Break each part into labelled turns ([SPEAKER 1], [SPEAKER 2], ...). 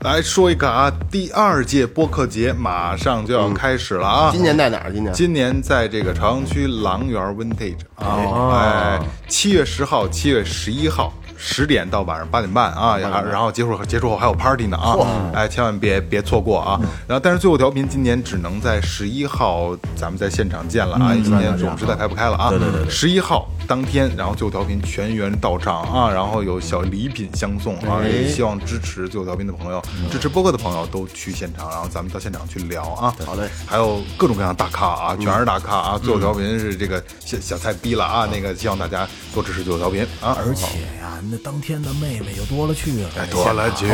[SPEAKER 1] 来说一个啊，第二届播客节马上就要开始了啊！
[SPEAKER 2] 今年在哪儿？今年
[SPEAKER 1] 今年在这个朝阳区郎园 Vintage 啊，哎，七月十号、七月十一号，十点到晚上八点半啊，然后然后结束结束后还有 party 呢啊，哎，千万别别错过啊！然后但是最后调频今年只能在十一号咱们在现场见了啊，今年总实在开不开了啊，对对对，十一号当天，然后最后调频全员到场啊，然后有小礼品相送啊，也希望支持最后调频的朋友，支持播客的朋友都去现场，然后咱们到现场去聊啊。好嘞，还有各种各样的大咖啊，全是大咖啊，最后调频是这个小小菜逼了啊，那个希望大家多支持最后调频啊。
[SPEAKER 3] 而且呀，那当天的妹妹就多了去了。
[SPEAKER 1] 多了去，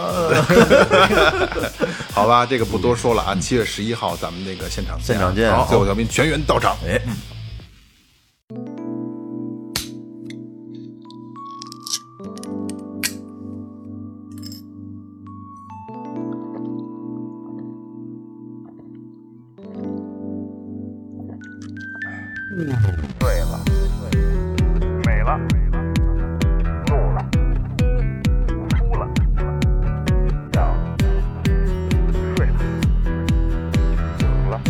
[SPEAKER 1] 好吧，这个不多说了啊。七月十一号咱们那个现场现
[SPEAKER 4] 现场见好
[SPEAKER 1] 最后调频全员到场。
[SPEAKER 4] 哎，
[SPEAKER 5] 醉了，美了，怒了，哭了，笑了，睡了，醒了。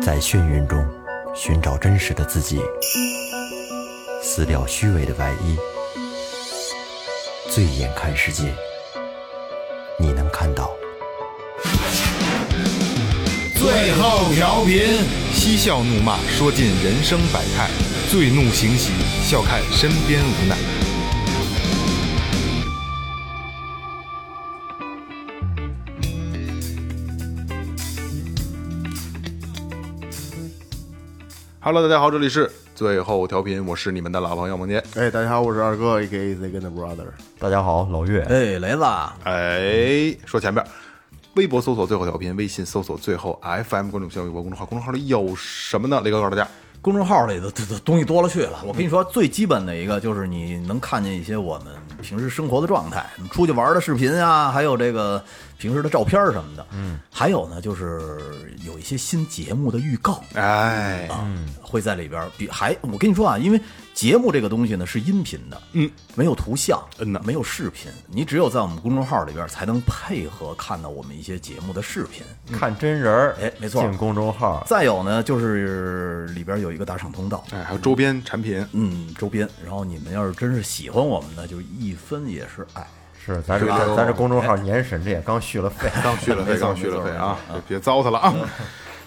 [SPEAKER 6] 在眩晕中寻找真实的自己，撕掉虚伪的外衣，醉眼看世界，你能看到。
[SPEAKER 1] 最后调频，嬉笑怒骂，说尽人生百态；醉怒行喜，笑看身边无奈。Hello，大家好，这里是最后调频，我是你们的老朋友蒙杰。
[SPEAKER 2] 哎，大家好，我是二哥，A K A Z 跟的 brother。
[SPEAKER 4] 大家好，老岳，
[SPEAKER 3] 哎，雷子，
[SPEAKER 1] 哎，说前边，微博搜索最后调频，微信搜索最后 FM，关注新浪微博公众号，公众号里有什么呢？雷哥告诉大家。
[SPEAKER 3] 公众号里的的的东西多了去了。我跟你说，最基本的一个就是你能看见一些我们平时生活的状态，出去玩的视频啊，还有这个平时的照片什么的。嗯，还有呢，就是有一些新节目的预告。
[SPEAKER 1] 哎，
[SPEAKER 3] 啊，会在里边儿比还我跟你说啊，因为节目这个东西呢是音频的，嗯，没有图像，嗯没有视频，你只有在我们公众号里边儿才能配合看到我们一些节目的视频。
[SPEAKER 4] 看真人儿，
[SPEAKER 3] 哎没错
[SPEAKER 4] 进公众号，
[SPEAKER 3] 再有呢，就是里边儿有一个打赏通道，
[SPEAKER 1] 哎，还有周边产品，
[SPEAKER 3] 嗯，周边。然后你们要是真是喜欢我们呢，就一分也是爱。
[SPEAKER 4] 是咱
[SPEAKER 1] 是
[SPEAKER 4] 这
[SPEAKER 1] 吧
[SPEAKER 4] 咱这公众号年审这也刚续了费，
[SPEAKER 1] 刚续了费，刚续了费啊，别别糟蹋了啊。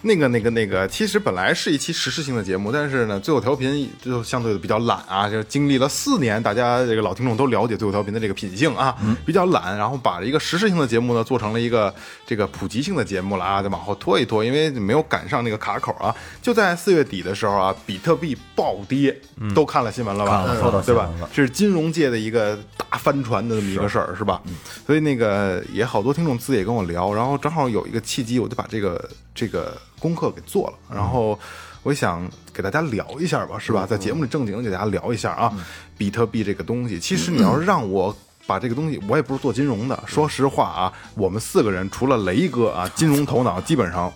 [SPEAKER 1] 那个、那个、那个，其实本来是一期实施性的节目，但是呢，最后调频就相对的比较懒啊，就经历了四年，大家这个老听众都了解最后调频的这个品性啊，比较懒，然后把一个实施性的节目呢做成了一个这个普及性的节目了啊，再往后拖一拖，因为没有赶上那个卡口啊。就在四月底的时候啊，比特币暴跌，都看了新闻了吧？嗯
[SPEAKER 4] 了收到
[SPEAKER 1] 对吧
[SPEAKER 4] 新闻了？
[SPEAKER 1] 这是金融界的一个大翻船的这么一个事儿，是吧？所以那个也好多听众自己也跟我聊，然后正好有一个契机，我就把这个这个功课给做了，然后我想给大家聊一下吧，是吧？在节目里正经地给大家聊一下啊，比特币这个东西，其实你要是让我。把这个东西，我也不是做金融的。说实话啊，我们四个人除了雷哥啊，金融头脑基本上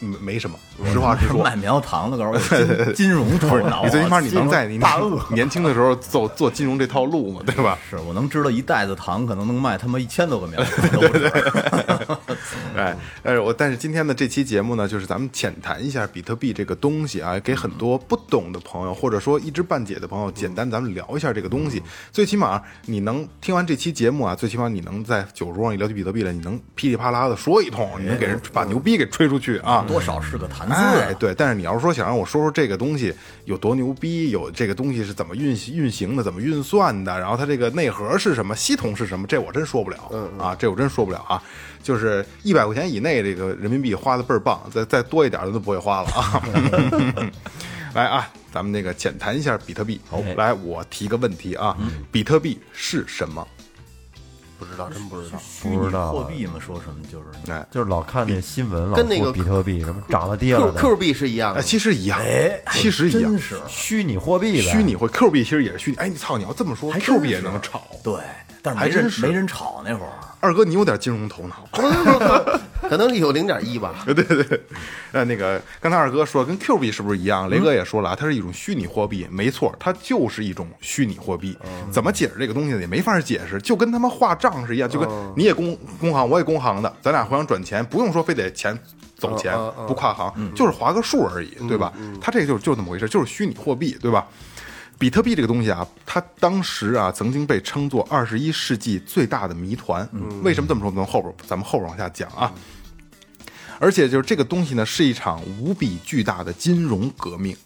[SPEAKER 1] 没没什么。
[SPEAKER 2] 哦
[SPEAKER 1] 实话实
[SPEAKER 3] 是
[SPEAKER 1] 说，
[SPEAKER 3] 卖棉花糖的时候，我金金融头 脑啊，
[SPEAKER 1] 你最起码你能在
[SPEAKER 3] 金
[SPEAKER 1] 你
[SPEAKER 3] 融
[SPEAKER 1] 大年轻的时候走做金融这套路嘛，对吧？
[SPEAKER 3] 是我能知道一袋子糖可能能卖他妈一千多个棉花糖都不止。
[SPEAKER 1] 哎，但是我但是今天的这期节目呢，就是咱们浅谈一下比特币这个东西啊，给很多不懂的朋友，或者说一知半解的朋友，简单咱们聊一下这个东西。最起码你能听完这期节目啊，最起码你能在酒桌上一聊起比特币来，你能噼里啪啦的说一通，你能给人把牛逼给吹出去啊。
[SPEAKER 3] 多少是个谈资啊、
[SPEAKER 1] 哎，对，但是你要是说想让我说说这个东西有多牛逼，有这个东西是怎么运行运行的，怎么运算的，然后它这个内核是什么，系统是什么，这我真说不了，
[SPEAKER 3] 嗯
[SPEAKER 1] 啊，这我真说不了啊。就是一百块钱以内，这个人民币花的倍儿棒，再再多一点儿的都不会花了 啊。 来啊，咱们那个浅谈一下比特币。好，
[SPEAKER 3] 哎
[SPEAKER 1] 来，我提个问题啊，
[SPEAKER 3] 嗯
[SPEAKER 1] 比特币是什么？
[SPEAKER 2] 不知道，真不知道。
[SPEAKER 3] 虚拟货币嘛，说什么就是
[SPEAKER 1] 哎，
[SPEAKER 4] 就是老看那新闻，老
[SPEAKER 2] 跟那个
[SPEAKER 4] 说比特币什么涨了跌了
[SPEAKER 2] Q
[SPEAKER 4] 的，
[SPEAKER 2] Q 币是一样
[SPEAKER 1] 哎，
[SPEAKER 2] 的，
[SPEAKER 1] 其实一样，其实一样
[SPEAKER 3] 哎真，是
[SPEAKER 4] 虚拟货币呗，
[SPEAKER 1] 虚拟会 Q 币其实也是虚拟。哎，你操，你要这么说
[SPEAKER 3] 还真
[SPEAKER 1] ，Q 币也
[SPEAKER 3] 是啊
[SPEAKER 1] 能炒。
[SPEAKER 3] 对，但是
[SPEAKER 1] 还
[SPEAKER 3] 没
[SPEAKER 1] 真
[SPEAKER 3] 人
[SPEAKER 1] 是
[SPEAKER 3] 没人炒那会儿，啊
[SPEAKER 1] 二哥，你有点金融头脑。
[SPEAKER 2] 可能有零点一吧。
[SPEAKER 1] 对对对， 呃，那个刚才二哥说跟 Q 币是不是一样？雷哥也说了啊，它是一种虚拟货币，没错，它就是一种虚拟货币。怎么解释这个东西呢？也没法解释，就跟他妈画账是一样，就跟你也工工行，我也工行的，咱俩互相转钱，不用说非得钱走钱不跨行，就是划个数而已，对吧？它这个就是就那么回事，就是虚拟货币，对吧？比特币这个东西啊，它当时啊曾经被称作二十一世纪最大的谜团。
[SPEAKER 3] 嗯
[SPEAKER 1] 为什么这么说？咱们后边咱们后边往下讲啊。而且就是这个东西呢，是一场无比巨大的金融革命。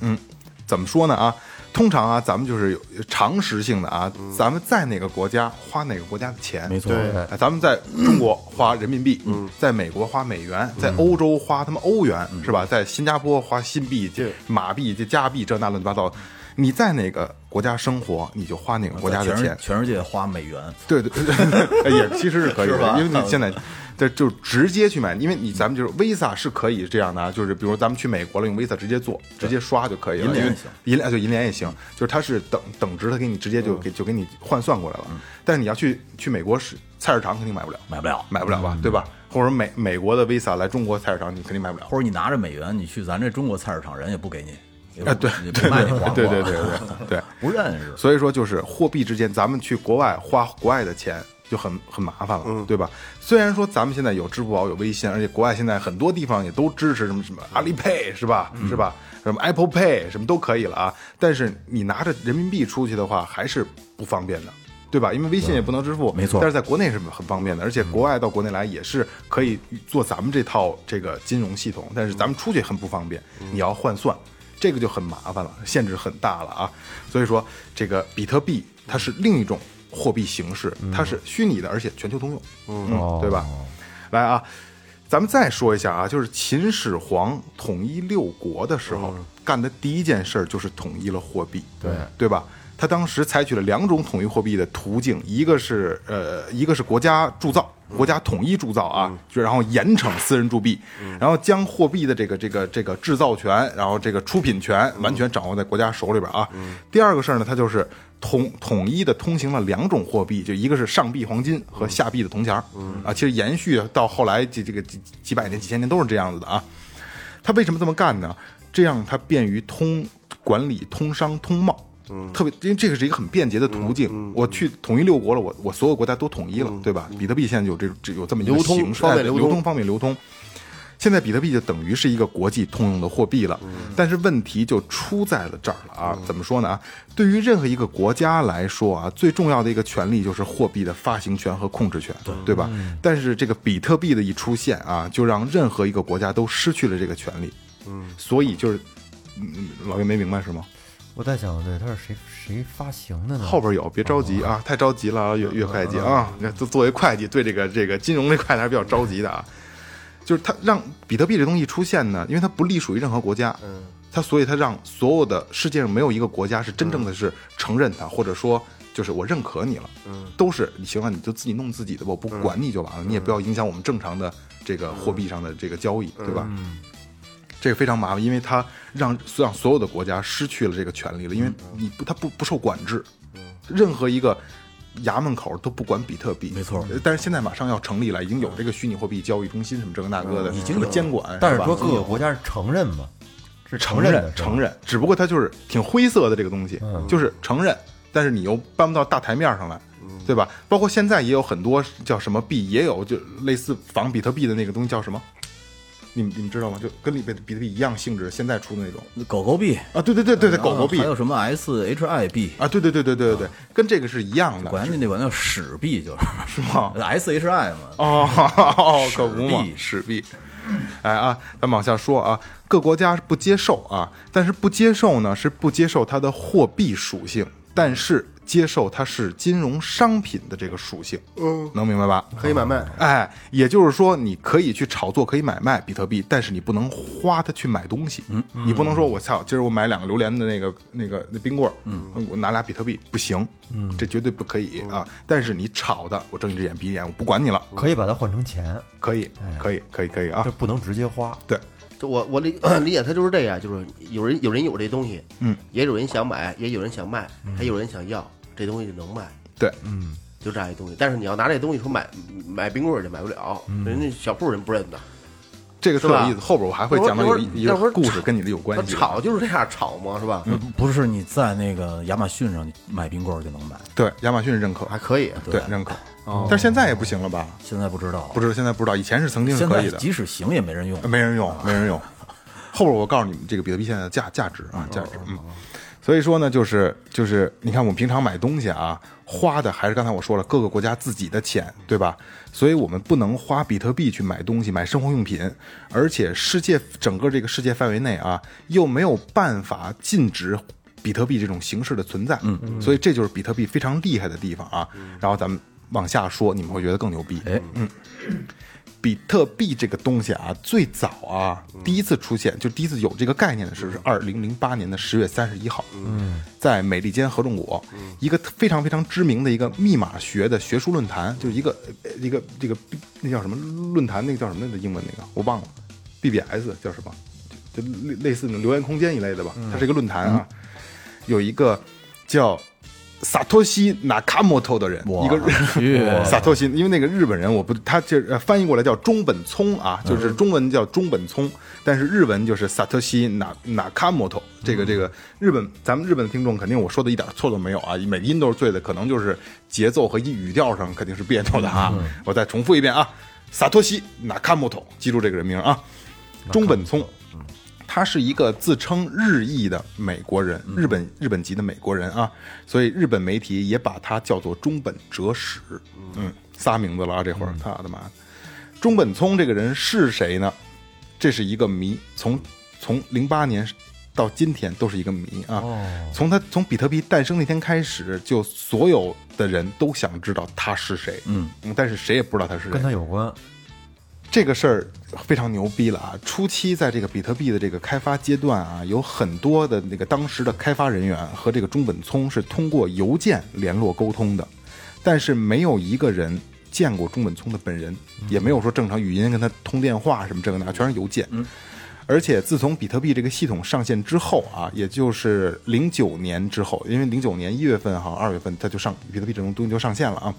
[SPEAKER 1] 嗯怎么说呢啊？通常啊，咱们就是有常识性的啊，咱们在哪个国家花哪个国家的钱，
[SPEAKER 3] 嗯没错，
[SPEAKER 1] 哎，咱们在中国花人民币，
[SPEAKER 3] 嗯
[SPEAKER 1] 在美国花美元，在欧洲花他们欧元，是吧？在新加坡花新币、这马币、这加币，这那乱七八糟。你在哪个国家生活，你就花哪个国家的
[SPEAKER 3] 全世
[SPEAKER 1] 钱。
[SPEAKER 3] 全世界花美元，
[SPEAKER 1] 对对，对也其实是可以
[SPEAKER 3] 是吧嗯
[SPEAKER 1] 的，因为你现在这就直接去买，因为你咱们就是 Visa 是可以这样的啊，就是比如咱们去美国了，用 Visa 直接做，直接刷就可以了，
[SPEAKER 3] 银联
[SPEAKER 1] 因为银
[SPEAKER 3] 也行
[SPEAKER 1] 联就银联也行，就是它是等等值，它给你直接
[SPEAKER 3] 嗯
[SPEAKER 1] 就给就给你换算过来了。但是你要去去美国是菜市场肯定买不了，
[SPEAKER 3] 买不了。
[SPEAKER 1] 买不了吧，对吧？或者美美国的 Visa 来中国菜市场你肯定买不了。
[SPEAKER 3] 或者你拿着美元，你去咱这中国菜市场，人也不给你，
[SPEAKER 1] 哎， 对
[SPEAKER 3] 也
[SPEAKER 1] 对
[SPEAKER 3] 不卖你黄瓜，
[SPEAKER 1] 对对对对对对。
[SPEAKER 3] 不认识。
[SPEAKER 1] 所以说，就是货币之间，咱们去国外花国外的钱就很很麻烦了，对吧？虽然说咱们现在有支付宝、有微信，而且国外现在很多地方也都支持什么什么阿里 Pay 是吧？
[SPEAKER 3] 嗯
[SPEAKER 1] 是吧？什么 Apple Pay 什么都可以了啊。但是你拿着人民币出去的话，还是不方便的。对吧？因为微信也不能支付，
[SPEAKER 3] 没错
[SPEAKER 1] 但是在国内是很方便的，而且国外到国内来也是可以做咱们这套这个金融系统，但是咱们出去很不方便，
[SPEAKER 3] 嗯
[SPEAKER 1] 你要换算，这个就很麻烦了，限制很大了啊。所以说，这个比特币它是另一种货币形式，
[SPEAKER 3] 嗯
[SPEAKER 1] 它是虚拟的，而且全球通用，嗯，对吧？
[SPEAKER 3] 哦
[SPEAKER 1] 来啊，咱们再说一下啊，就是秦始皇统一六国的时候、干的第一件事儿就是统一了货币，对对吧？他当时采取了两种统一货币的途径，一个是呃，一个是国家铸造，国家统一铸造啊，就然后严惩私人铸币，然后将货币的这个这个这个制造权，然后这个出品权完全掌握在国家手里边啊。第二个事儿呢，它就是统统一的通行了两种货币，就一个是上币黄金和下币的铜钱儿，
[SPEAKER 2] 嗯
[SPEAKER 1] 啊，其实延续到后来这这个几几百年、几千年都是这样子的啊。他为什么这么干呢？这样他便于通管理通商通贸，嗯，特别因为这个是一个很便捷的途
[SPEAKER 2] 嗯
[SPEAKER 1] 径。我去统一六国了，我我所有国家都统一了，对吧？比特币现在有这这有这么一个
[SPEAKER 2] 流通
[SPEAKER 1] 形式，
[SPEAKER 2] 方
[SPEAKER 1] 哎
[SPEAKER 2] 便
[SPEAKER 1] 流
[SPEAKER 2] 流通
[SPEAKER 1] 方便流通。现在比特币就等于是一个国际通用的货币了，但是问题就出在了这儿了啊！怎么说呢啊？对于任何一个国家来说啊，最重要的一个权利就是货币的发行权和控制权，对嗯吧？但是这个比特币的一出现啊，就让任何一个国家都失去了这个权利。嗯，所以就是，嗯，老岳没明白是吗？
[SPEAKER 4] 我在想，对，他是谁谁发行的呢？
[SPEAKER 1] 后边有，别着急啊，太着急了啊，岳岳会计啊，那作作为会计，对这个这个金融这块还是比较着急的啊。就是它让比特币这东西出现呢，因为它不隶属于任何国家，嗯，它所以它让所有的世界上没有一个国家是真正的是承认它，或者说就是我认可你了，嗯，都是你行了，你就自己弄自己的吧，我不管你就完了，你也不要影响我们正常的这个货币上的这个交易，对吧？这个非常麻烦，因为它让让所有的国家失去了这个权利了，因为你不它不不受管制，任何一个衙门口都不管比特币，
[SPEAKER 3] 没错
[SPEAKER 1] 呃。但是现在马上要成立了，已经有这个虚拟货币交易中心什么这个那个的，已经监管，
[SPEAKER 4] 但是
[SPEAKER 1] 吧
[SPEAKER 4] 说各个国家是承认吗？是
[SPEAKER 1] 承
[SPEAKER 4] 认
[SPEAKER 1] 认
[SPEAKER 4] 的，
[SPEAKER 1] 承
[SPEAKER 4] 认。
[SPEAKER 1] 认，只不过它就是挺灰色的这个东西，
[SPEAKER 4] 嗯
[SPEAKER 1] 就是承认，但是你又搬不到大台面上来，对吧？包括现在也有很多叫什么币，也有就类似仿比特币的那个东西叫什么？你们你们知道吗？就跟里边的比特币一样性质，现在出的那种
[SPEAKER 3] 狗狗币，
[SPEAKER 1] 啊，对对对对对，狗狗币
[SPEAKER 3] 嗯还有什么 SHI 币？
[SPEAKER 1] 啊，对对对对对对对，跟这个是一样的，
[SPEAKER 3] 管人家那管叫屎币，就
[SPEAKER 1] 是
[SPEAKER 3] 是
[SPEAKER 1] 吗？
[SPEAKER 3] SHI 嘛。
[SPEAKER 1] 哦， 哦可不嘛
[SPEAKER 3] 史，币
[SPEAKER 1] 史币。哎啊，咱们往下说啊，各国家是不接受啊，但是不接受呢是不接受它的货币属性，但是接受它是金融商品的这个属性，
[SPEAKER 2] 嗯，
[SPEAKER 1] 能明白吧？
[SPEAKER 2] 可以买卖。
[SPEAKER 1] 哎，也就是说，你可以去炒作，可以买卖比特币，但是你不能花它去买东西。嗯，你不能说我操，今儿我买两个榴莲的那个那个那冰棍儿，嗯，我拿俩比特币，不行，嗯，这绝对不可以啊。但是你炒的，我睁一只眼闭一只眼，我不管你了，
[SPEAKER 4] 可以把它换成钱，
[SPEAKER 1] 可以，
[SPEAKER 3] 哎
[SPEAKER 1] 可以，可以，可以啊
[SPEAKER 4] 这。不能直接花。
[SPEAKER 1] 对，
[SPEAKER 2] 就我我理 理解他就是这样，就是有人有人有这东西，
[SPEAKER 1] 嗯
[SPEAKER 2] 嗯，也有人想买，也有人想卖，还有人想要，这东西能卖。
[SPEAKER 1] 对，
[SPEAKER 2] 就这样一东西。但是你要拿这东西说买买冰棍儿去，买不了，
[SPEAKER 1] 嗯
[SPEAKER 2] 人家小铺人不认的。
[SPEAKER 1] 这个特有意思，后边我还会讲到有一一
[SPEAKER 2] 那会
[SPEAKER 1] 个
[SPEAKER 2] 儿
[SPEAKER 1] 故事跟你的有关系。嗯
[SPEAKER 2] 炒就是这样炒嘛，是吧？
[SPEAKER 3] 不是你在那个亚马逊上你买冰棍儿就能买，
[SPEAKER 1] 对，亚马逊认可，
[SPEAKER 2] 还可以，
[SPEAKER 1] 对认可，
[SPEAKER 3] 哦
[SPEAKER 1] 但是现在也不行了吧？
[SPEAKER 3] 现在不知道，
[SPEAKER 1] 不知道现在不知道，以前是曾经是
[SPEAKER 3] 现
[SPEAKER 1] 可
[SPEAKER 3] 在
[SPEAKER 1] 以的，
[SPEAKER 3] 即使行也没人 用。
[SPEAKER 1] 没人用，没人用。后边我告诉你们，这个比特币现在的价价值啊，
[SPEAKER 3] 哦
[SPEAKER 1] 价值，嗯。所以说呢，就是就是，你看我们平常买东西啊，花的还是刚才我说了，各个国家自己的钱，对吧？所以我们不能花比特币去买东西，买生活用品，而且世界整个这个世界范围内啊，又没有办法禁止比特币这种形式的存在，嗯，所以这就是比特币非常厉害的地方啊。然后咱们往下说，你们会觉得更牛逼，
[SPEAKER 3] 嗯
[SPEAKER 1] 嗯
[SPEAKER 3] 哎，
[SPEAKER 1] 比特币这个东西啊，最早啊，第一次出现就第一次有这个概念的时候是二零零八年的十月三十一号，嗯，在美利坚合众国一个非常非常知名的一个密码学的学术论坛，就是一个呃一个这个那叫什么论坛，那个叫什么来着？英文那个我忘了，BBS 叫什么？就就类类似那种留言空间一类的吧，它是一个论坛啊，有一个叫。萨托西·纳卡莫托的人，
[SPEAKER 3] 哇
[SPEAKER 1] 一个日
[SPEAKER 3] 去
[SPEAKER 1] 萨托西，因为那个日本人，我不，他这呃翻译过来叫中本聪啊，就是中文叫中本聪，但是日文就是萨托西纳纳卡莫托。这个这个日本，咱们日本的听众肯定我说的一点错都没有啊，每个音都是对的，可能就是节奏和语调上肯定是别扭的啊。我再重复一遍啊，萨托西纳卡莫托，记住这个人名啊，中本聪。他是一个自称日裔的美国人，日本日本籍的美国人啊，所以日本媒体也把他叫做中本哲史，嗯，仨名字了啊，这会儿他的妈的，中本聪这个人是谁呢？这是一个谜，从从零八年到今天都是一个谜啊。从他从比特币诞生那天开始，就所有的人都想知道他是谁，嗯，但是谁也不知道他是谁，
[SPEAKER 4] 跟他有关，
[SPEAKER 1] 这个事儿非常牛逼了啊！初期在这个比特币的这个开发阶段啊，有很多的那个当时的开发人员和这个中本聪是通过邮件联络沟通的，但是没有一个人见过中本聪的本人，也没有说正常语音跟他通电话什么这个那，全是邮件。而且自从比特币这个系统上线之后啊，也就是零九年之后，因为零九年一月份好像二月份它就上比特币这种东西就上线了啊。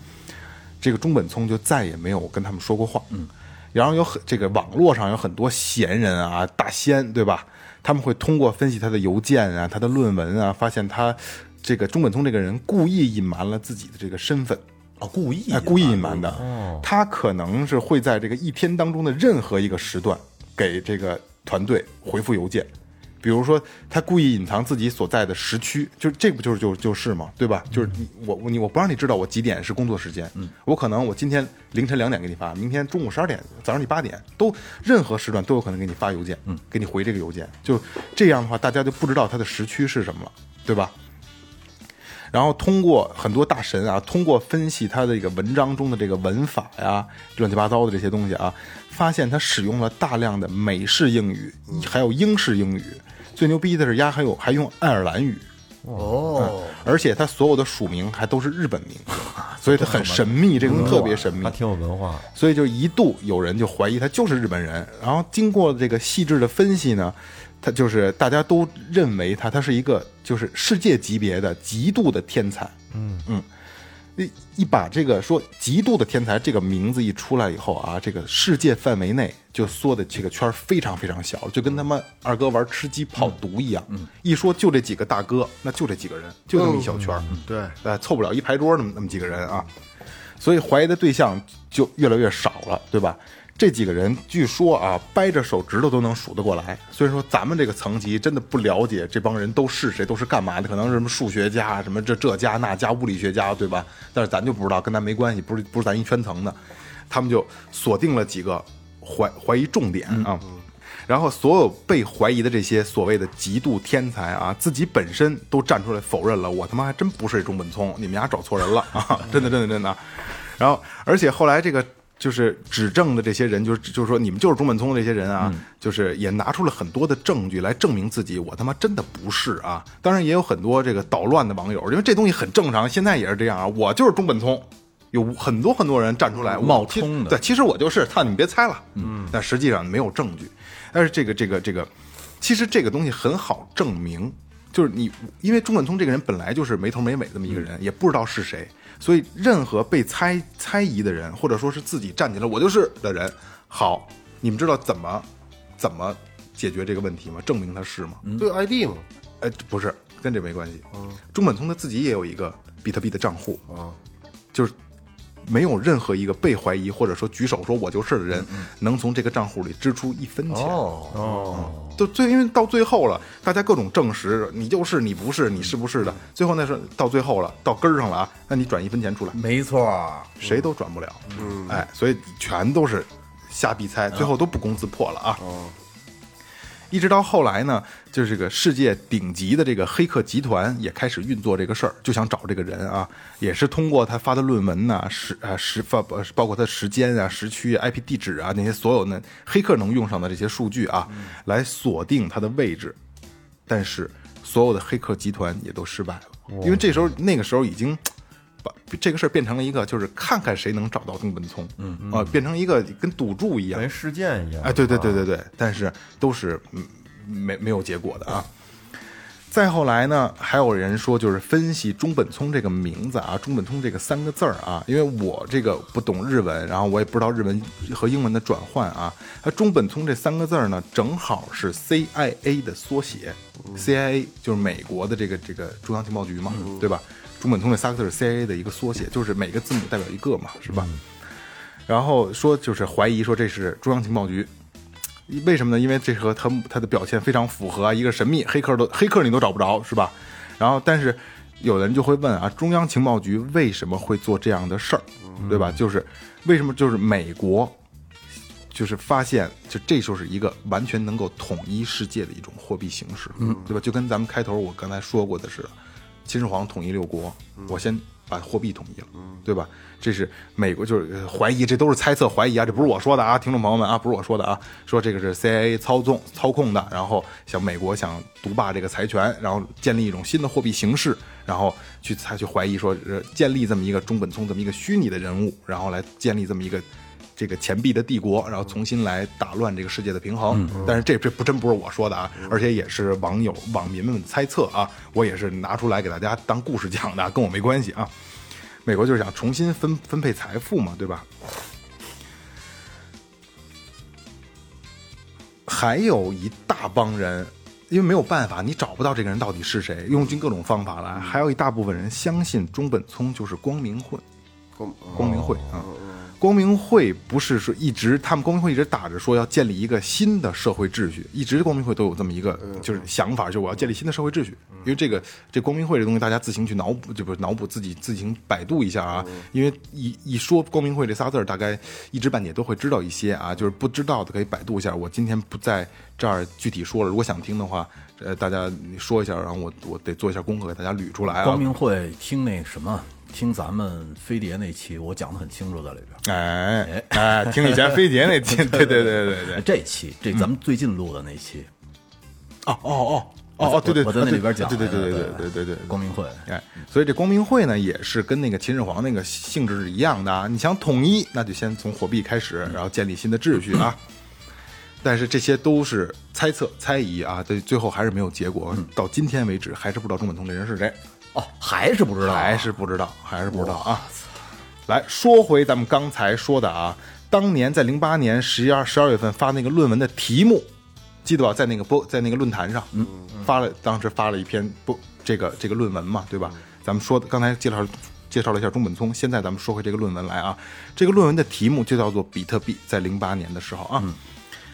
[SPEAKER 1] 这个中本聪就再也没有跟他们说过话。嗯，然后有很这个网络上有很多闲人啊、大仙，对吧？他们会通过分析他的邮件啊、他的论文啊，发现他这个中本聪这个人故意隐瞒了自己的这个身份。
[SPEAKER 3] 哦，故意
[SPEAKER 1] 哎，故意隐瞒哦的。他可能是会在这个一天当中的任何一个时段给这个团队回复邮件，比如说他故意隐藏自己所在的时区，就这不就是就就是嘛，对吧？就是你我我你我不让你知道我几点是工作时间，我可能我今天凌晨两点给你发，明天中午十二点，早上你八点，都任何时段都有可能给你发邮件，给你回这个邮件，就这样的话，大家就不知道他的时区是什么了，对吧？然后通过很多大神啊，通过分析他的这个文章中的这个文法呀、乱七八糟的这些东西啊，发现他使用了大量的美式英语，还有英式英语。最牛逼的是，丫还有还用爱尔兰语，
[SPEAKER 3] 哦，
[SPEAKER 1] 而且他所有的署名还都是日本名字，所以他很神秘，这个东西特别神 秘
[SPEAKER 4] 他。挺有文化，
[SPEAKER 1] 所以就一度有人就怀疑他就是日本人。然后经过这个细致的分析呢，他就是大家都认为他他是一个就是世界级别的极度的天才。嗯嗯，一一把这个说极度的天才这个名字一出来以后啊，这个世界范围内就缩的这个圈儿非常非常小，就跟他们二哥玩吃鸡跑毒一样。一说就这几个大哥，那就这几个人，就那么一小圈儿。
[SPEAKER 2] 对，
[SPEAKER 1] 呃，凑不了一排桌那么那么几个人啊，所以怀疑的对象就越来越少了，对吧？这几个人据说啊，掰着手指头都能数得过来。所以说咱们这个层级真的不了解这帮人都是谁，都是干嘛的，可能是什么数学家、什么这这家那家、物理学家，对吧？但是咱就不知道，跟咱没关系，不是不是咱一圈层的。他们就锁定了几个怀怀疑重点啊。然后所有被怀疑的这些所谓的极度天才啊，自己本身都站出来否认了，我他妈还真不是中本聪，你们俩找错人了 啊！真的，真的，真的啊。然后，而且后来这个就是指证的这些人，就是就是说你们就是中本聪的这些人啊，
[SPEAKER 3] 嗯
[SPEAKER 1] 就是也拿出了很多的证据来证明自己，我他妈真的不是啊。当然也有很多这个捣乱的网友，因为这东西很正常，现在也是这样啊，我就是中本聪。有很多很多人站出来我
[SPEAKER 3] 冒
[SPEAKER 1] 其
[SPEAKER 3] 充的
[SPEAKER 1] 对，其实我就是，操，你们别猜了。嗯，但实际上没有证据。但是这个这个这个，其实这个东西很好证明，就是你，因为钟镇通这个人本来就是没头没尾这么一个人，也不知道是谁，所以任何被猜猜疑的人，或者说是自己站起来我就是的人，好，你们知道怎么怎么解决这个问题吗？证明他是吗？
[SPEAKER 2] 都有 ID 嘛，
[SPEAKER 1] 哎，这不是，跟这没关系。中本聪他自己也有一个比特币的账户，就是没有任何一个被怀疑或者说举手说我就是的人，能从这个账户里支出一分钱。
[SPEAKER 3] 哦，
[SPEAKER 1] 就最因为到最后了，大家各种证实你就是你不是你是不是的，最后那是到最后了，到根儿上了啊，那你转一分钱出来，
[SPEAKER 3] 没错儿，
[SPEAKER 1] 谁都转不了。嗯，哎，所以全都是瞎逼猜，最后都不攻自破了啊。一直到后来呢，就是这个世界顶级的这个黑客集团也开始运作这个事儿，就想找这个人啊，也是通过他发的论文呐、时啊时发呃包括他时间啊、时区、IP 地址啊那些所有呢黑客能用上的这些数据啊，来锁定他的位置。但是所有的黑客集团也都失败了，因为这时候那个时候已经。把这个事儿变成了一个，就是看看谁能找到丁文聪，嗯啊、变成一个跟赌注一样
[SPEAKER 4] 等，于事件一样。
[SPEAKER 1] 哎，对对对对对，但是都是嗯没没有结果的啊。再后来呢，还有人说就是分析中本聪这个名字啊，中本聪这个三个字儿啊，因为我这个不懂日文，然后我也不知道日文和英文的转换啊。它中本聪这三个字儿呢，正好是 CIA 的缩写，CIA 就是美国的这个这个中央情报局嘛，对吧？中本聪这三个字是 CIA 的一个缩写，就是每个字母代表一个嘛，是吧？然后说就是怀疑说这是中央情报局，为什么呢？因为这和他他的表现非常符合啊，一个神秘黑客都黑客你都找不着是吧？然后但是有人就会问啊，中央情报局为什么会做这样的事儿，对吧？就是为什么就是美国就是发现，就这就是一个完全能够统一世界的一种货币形式，对吧？就跟咱们开头我刚才说过的似的，秦始皇统一六国，我先把货币统一了，对吧？这是美国就是呃怀疑，这都是猜测怀疑啊，这不是我说的啊，听众朋友们啊，不是我说的啊，说这个是 CIA 操纵操控的，然后想美国想独霸这个财权，然后建立一种新的货币形式，然后去才去怀疑说，呃建立这么一个中本聪这么一个虚拟的人物，然后来建立这么一个。这个钱币的帝国，然后重新来打乱这个世界的平衡。但是这这不真不是我说的啊，而且也是网友网民们猜测啊，我也是拿出来给大家当故事讲的啊，跟我没关系啊。美国就是想重新分分配财富嘛，对吧？还有一大帮人，因为没有办法，你找不到这个人到底是谁，用尽各种方法来。还有一大部分人相信中本聪就是光明混，
[SPEAKER 2] 光
[SPEAKER 1] 光明会啊。光明会不是说一直，他们光明会一直打着说要建立一个新的社会秩序，一直光明会都有这么一个就是想法，就是我要建立新的社会秩序。因为这个这光明会这东西，大家自行去脑补，就不是脑补自己自行百度一下啊。因为一一说光明会这仨字儿，大概一知半解都会知道一些啊，就是不知道的可以百度一下。我今天不在这儿具体说了，如果想听的话，呃，大家说一下，然后我我得做一下功课给大家捋出来啊。
[SPEAKER 3] 光明会听那什么，听咱们飞碟那期，我讲的很清楚在里边。
[SPEAKER 1] 哎哎，听以前飞碟那期，对对对对对
[SPEAKER 3] 哎，。这期
[SPEAKER 1] 嗯
[SPEAKER 3] 这咱们最近录的那期，
[SPEAKER 1] 哦哦哦哦哦，对对，
[SPEAKER 3] 我在那里边讲
[SPEAKER 1] 对对对对
[SPEAKER 3] 的
[SPEAKER 1] 对对对对，
[SPEAKER 3] 光明会，
[SPEAKER 1] 哎，所以这光明会呢，也是跟那个秦始皇那个性质是一样的啊。你想统一，那就先从火币开始，然后建立新的秩序啊。但是这些都是猜测、猜疑啊，对，最后还是没有结果。到今天为止，还是不知道中本聪这人是谁，
[SPEAKER 3] 哦，还是不知道啊，
[SPEAKER 1] 还是不知道，还是不知道啊。来说回咱们刚才说的啊，当年在零八年十一二十二月份发那个论文的题目，记得吧？在那个播在那个论坛上，嗯，发了当时发了一篇不这个这个论文嘛，对吧？咱们说的刚才介绍介绍了一下中本聪，现在咱们说回这个论文来啊，这个论文的题目就叫做比特币，在零八年的时候啊，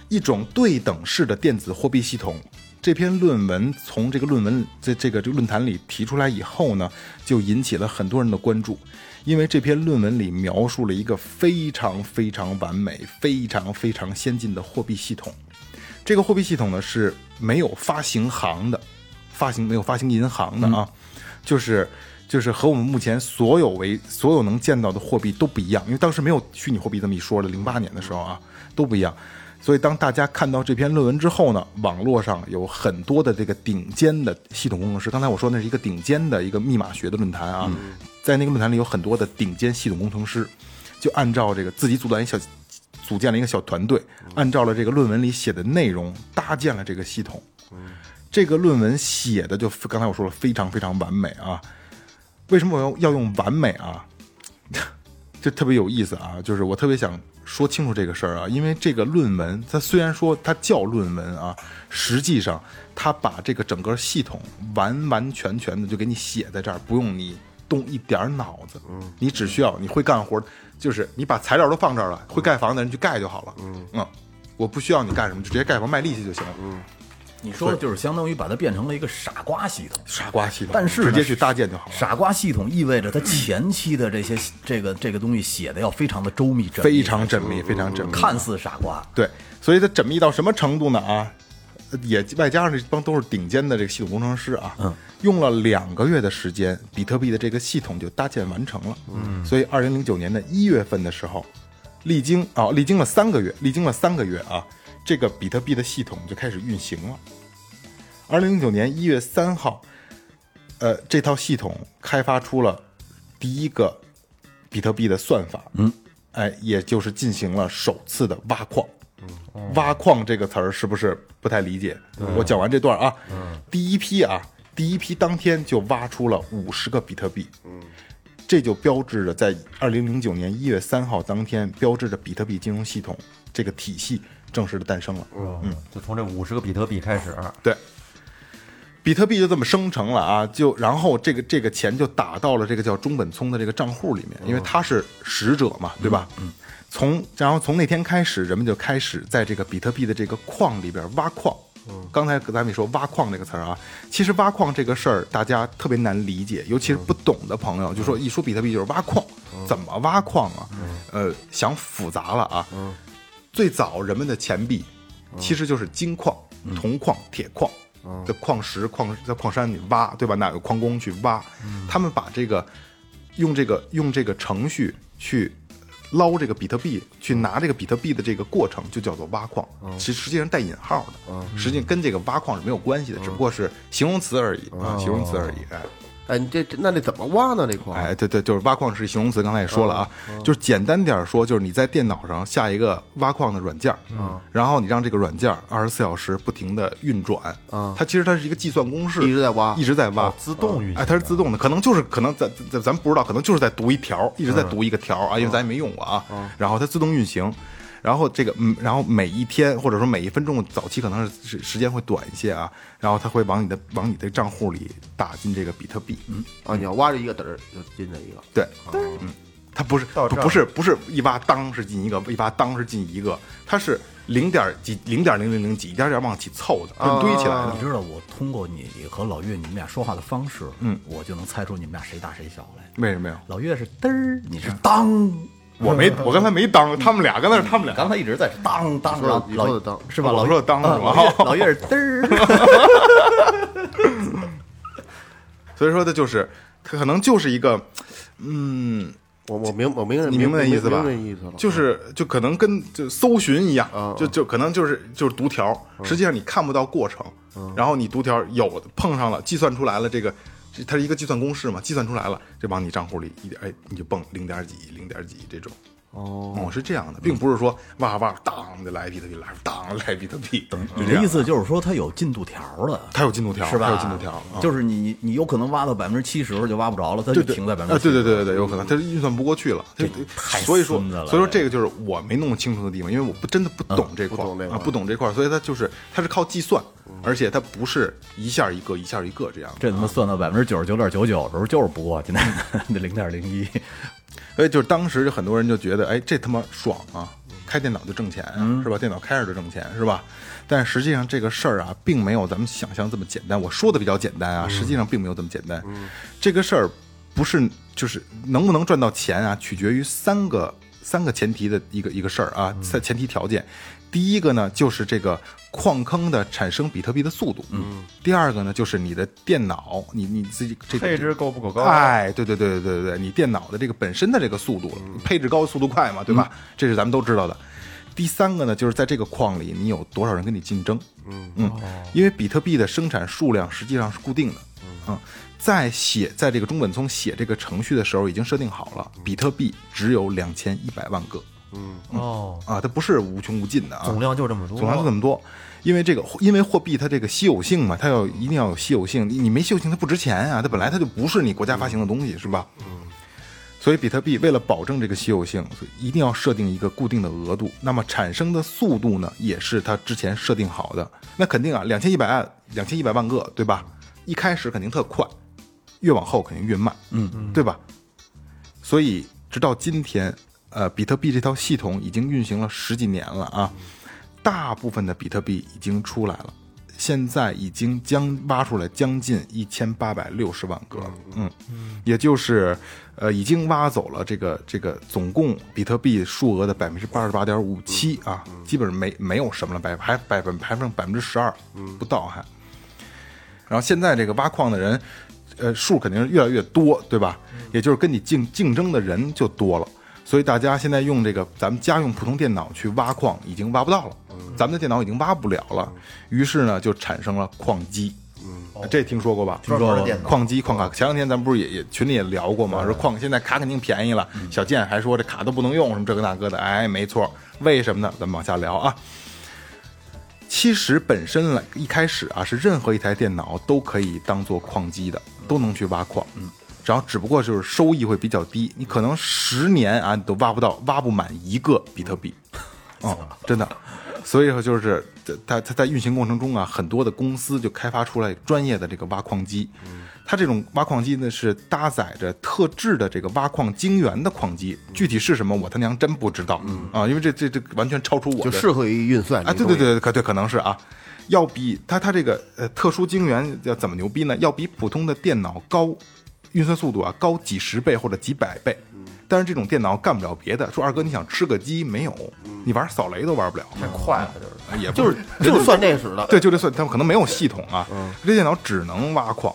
[SPEAKER 1] 一种对等式的电子货币系统。这篇论文从这个论文这这个这个论坛里提出来以后呢，就引起了很多人的关注，因为这篇论文里描述了一个非常非常完美、非常非常先进的货币系统。这个货币系统呢是没有发行行的，发行没有发行银行的啊，就是就是和我们目前所有为所有能见到的货币都不一样，因为当时没有虚拟货币这么一说了，零八年的时候啊都不一样。所以当大家看到这篇论文之后呢，网络上有很多的这个顶尖的系统工程师，刚才我说那是一个顶尖的一个密码学的论坛啊，在那个论坛里有很多的顶尖系统工程师，就按照这个自己组团一小组建了一个小团队，按照了这个论文里写的内容搭建了这个系统。这个论文写的就刚才我说了，非常非常完美啊。为什么我要要用完美啊？就特别有意思啊，就是我特别想说清楚这个事儿啊，因为这个论文它虽然说它叫论文啊，实际上它把这个整个系统完完全全的就给你写在这儿，不用你动一点儿脑子，你只需要你会干活，就是你把材料都放这儿了，会盖房的人去盖就好了，嗯，我不需要你干什么，就直接盖房卖力气就行了，
[SPEAKER 3] 你说的就是相当于把它变成了一个傻瓜系统。
[SPEAKER 1] 傻瓜系统，
[SPEAKER 3] 但是呢
[SPEAKER 1] 直接去搭建就好了，
[SPEAKER 3] 傻瓜系统意味着它前期的这些这个这个东西写的要非常的周密缜密，
[SPEAKER 1] 非常缜密，非常缜密，
[SPEAKER 3] 看似傻瓜，
[SPEAKER 1] 对，所以它缜密到什么程度呢？啊，呃也外加上这帮都是顶尖的这个系统工程师啊，嗯，用了两个月的时间，比特币的这个系统就搭建完成了。嗯，所以二零零九年的一月份的时候，历经啊、历经了三个月，历经了三个月啊，这个比特币的系统就开始运行了。二零零九年一月三号，呃，这套系统开发出了第一个比特币的算法，嗯，哎，也就是进行了首次的挖矿。挖矿这个词儿是不是不太理解？我讲完这段啊，第一批啊，第一批当天就挖出了五十个比特币，这就标志着在二零零九年一月三号当天，标志着比特币金融系统这个体系正式的诞生了。
[SPEAKER 4] 嗯，就从这五十个比特币开始，
[SPEAKER 1] 对，比特币就这么生成了啊，就然后这个这个钱就打到了这个叫中本聪的这个账户里面，因为他是使者嘛，对吧？哦嗯。从然后从那天开始，人们就开始在这个比特币的这个矿里边挖矿。刚才咱们也说挖矿这个词儿啊，其实挖矿这个事儿大家特别难理解，尤其是不懂的朋友，就说一说比特币就是挖矿，怎么挖矿啊？呃，想复杂了啊。最早人们的钱币其实就是金矿、铜矿、铁矿的矿石、矿在矿山里挖，对吧？哪个矿工去挖？他们把这个用这个用这个程序去捞这个比特币，去拿这个比特币的这个过程就叫做挖矿，其实实际上带引号的，实际跟这个挖矿是没有关系的，只不过是形容词而已啊，形容词而已。哎，
[SPEAKER 2] 哎，你这这那得怎么挖呢？这块
[SPEAKER 1] 哎，对对，就是挖矿是形容词，刚才也说了啊，就是简单点儿说，就是你在电脑上下一个挖矿的软件，嗯，然后你让这个软件二十四小时不停的运转，啊，它其实它是一个计算公式，
[SPEAKER 2] 一直在挖
[SPEAKER 1] 一直在挖，
[SPEAKER 4] 自动运行的
[SPEAKER 1] 哎，它是自动的，可能就是可能咱咱咱不知道，可能就是在读一条，一直在读一个条啊，因为咱也没用过啊，然后它自动运行。然后这个，嗯，然后每一天或者说每一分钟，早期可能是时时间会短一些啊，然后它会往你的往你的账户里打进这个比特币，嗯，
[SPEAKER 2] 啊，你要挖着一个底儿就进来一个，
[SPEAKER 1] 对，嗯，它不是
[SPEAKER 4] 到
[SPEAKER 1] 不
[SPEAKER 4] 这儿
[SPEAKER 1] 不是不是一挖当是进一个，一挖当是进一个，它是零点几零点零零零几，一点点往起凑的，就是堆起来
[SPEAKER 4] 哦
[SPEAKER 1] 的
[SPEAKER 3] 你。知道我通过你和老岳你们俩说话的方式，嗯，我就能猜出你们俩谁大谁小来。
[SPEAKER 1] 为什么呀？
[SPEAKER 3] 老岳是嘚儿，你
[SPEAKER 1] 嗯
[SPEAKER 3] 是当，
[SPEAKER 1] 我 没，我刚才没当，他们俩刚才是他们俩，
[SPEAKER 3] 刚才一直在是当当，
[SPEAKER 2] 说的
[SPEAKER 3] 老
[SPEAKER 2] 你
[SPEAKER 3] 老
[SPEAKER 2] 说的当
[SPEAKER 3] 是吧？
[SPEAKER 1] 哦我
[SPEAKER 3] 老
[SPEAKER 1] 说的当
[SPEAKER 3] 啊
[SPEAKER 1] 是吧
[SPEAKER 3] 老岳 老岳是嘚儿，
[SPEAKER 1] 所以说它就是，它可能就是一个，
[SPEAKER 2] 我我明我明白
[SPEAKER 1] 你明白那意思吧？
[SPEAKER 2] 明白意思了，
[SPEAKER 1] 就是就可能跟就搜寻一样，就就可能就是就是读条，实际上你看不到过程，然后你读条有的碰上了，计算出来了这个。这它是一个计算公式嘛，计算出来了，这往你账户里一点，哎，你就蹦零点几、零点几这种。哦、是这样的，并不是说哇哇当就来比特币，来当来比特币，就
[SPEAKER 3] 你
[SPEAKER 1] 这
[SPEAKER 3] 的
[SPEAKER 1] 样
[SPEAKER 3] 意。思就是说它有进度条了。
[SPEAKER 1] 它有进度条，
[SPEAKER 3] 嗯是吧？
[SPEAKER 1] 它有进度条，啊
[SPEAKER 3] 就是你你有可能挖到百分之七十就挖不着了，它就
[SPEAKER 1] 对对
[SPEAKER 3] 停在百分
[SPEAKER 1] 啊，
[SPEAKER 3] 之
[SPEAKER 1] 对对对对对，有可能它是运算不过去了，它
[SPEAKER 3] 太
[SPEAKER 1] 所以说
[SPEAKER 3] 孙子了嗯
[SPEAKER 1] 所以说这个就是我没弄清楚的地方，因为我不真的不懂这块
[SPEAKER 2] 不懂这
[SPEAKER 1] 儿
[SPEAKER 2] 块
[SPEAKER 1] 啊
[SPEAKER 2] 儿，
[SPEAKER 1] 不懂这块儿，所以它就是它是靠计算，
[SPEAKER 3] 嗯
[SPEAKER 1] 而且它不是一下一个一下一个这样的，
[SPEAKER 3] 这他妈算到百分之九十九点九九的时候就是不过去那 那零点零一，
[SPEAKER 1] 所以哎就是当时就很多人就觉得，哎，这他妈爽啊！开电脑就挣钱啊、
[SPEAKER 4] 嗯
[SPEAKER 1] 是吧？电脑开着就挣钱，是吧？但实际上这个事儿啊，并没有咱们想象这么简单。我说的比较简单
[SPEAKER 4] 嗯
[SPEAKER 1] 啊，实际上并没有这么简单。这个事儿不是就是能不能赚到钱啊，取决于三个三个前提的一个一个事儿
[SPEAKER 4] 嗯
[SPEAKER 1] 啊，三前提条件。第一个呢，就是这个矿坑的产生比特币的速度。嗯。第二个呢，就是你的电脑，你你自己这个
[SPEAKER 4] 配置够不够高？
[SPEAKER 1] 哎，对对对对对对，你电脑的这个本身的这个速度，配置高速度快嘛，对吧？这是咱们都知道的。第三个呢，就是在这个矿里，你有多少人跟你竞争？嗯因为比特币的生产数量实际上是固定的。嗯，在写在这个中本聪写这个程序的时候，已经设定好了，比特币只有两千一百万个。
[SPEAKER 4] 哦，
[SPEAKER 1] 啊，它不是无穷无尽的啊，
[SPEAKER 4] 总量就这么多，
[SPEAKER 1] 总量就这么多。因为这个，因为货币它这个稀有性嘛，它要一定要有稀有性，你你没稀有性它不值钱啊，它本来它就不是你国家发行的东西，是吧？嗯。所以比特币为了保证这个稀有性，所以一定要设定一个固定的额度，那么产生的速度呢，也是它之前设定好的。那肯定啊，两千一百万，两千一百万个，对吧？一开始肯定特快，越往后肯定越慢，嗯嗯，对吧？所以直到今天，呃，比特币这套系统已经运行了十几年了啊，大部分的比特币已经出来了，现在已经将挖出来将近一千八百六十万个了，嗯，也就是呃已经挖走了这个这个总共比特币数额的百分之八十八点五七啊，基本上没没有什么了，百还百分还剩百分之十二不到还，然后现在这个挖矿的人，呃，数肯定是越来越多，对吧？也就是跟你竞竞争的人就多了，所以大家现在用这个咱们家用普通电脑去挖矿，已经挖不到了，咱们的电脑已经挖不了了，于是呢就产生了矿机。嗯，这听说过吧？
[SPEAKER 3] 听说过
[SPEAKER 1] 矿机、矿卡。前两天咱们不是也也群里也聊过吗？说矿现在卡肯定便宜了。小健还说这卡都不能用，什么这个那个的。哎，没错，为什么呢？咱们往下聊啊。其实本身来一开始啊，是任何一台电脑都可以当做矿机的，都能去挖矿。嗯，然后只不过就是收益会比较低，你可能十年啊你都挖不到，挖不满一个比特币。哦，真的。所以说就是它它在运行过程中啊，很多的公司就开发出来专业的这个挖矿机。它这种挖矿机呢是搭载着特制的这个挖矿晶圆的矿机，具体是什么我他娘真不知道啊，因为这这这完全超出我
[SPEAKER 2] 就
[SPEAKER 1] 的
[SPEAKER 2] 适合于运算
[SPEAKER 1] 啊，对对，对，可对可能是啊，要比它它这个呃特殊晶圆要怎么牛逼呢？要比普通的电脑高，运算速度啊高几十倍或者几百倍。但是这种电脑干不了别的，说二哥你想吃个鸡没有？你玩扫雷都玩不了，嗯太快了就是，也不
[SPEAKER 2] 就是 就是算这使的，
[SPEAKER 1] 对，就这算，他们可能没有系统啊，这电脑只能挖矿。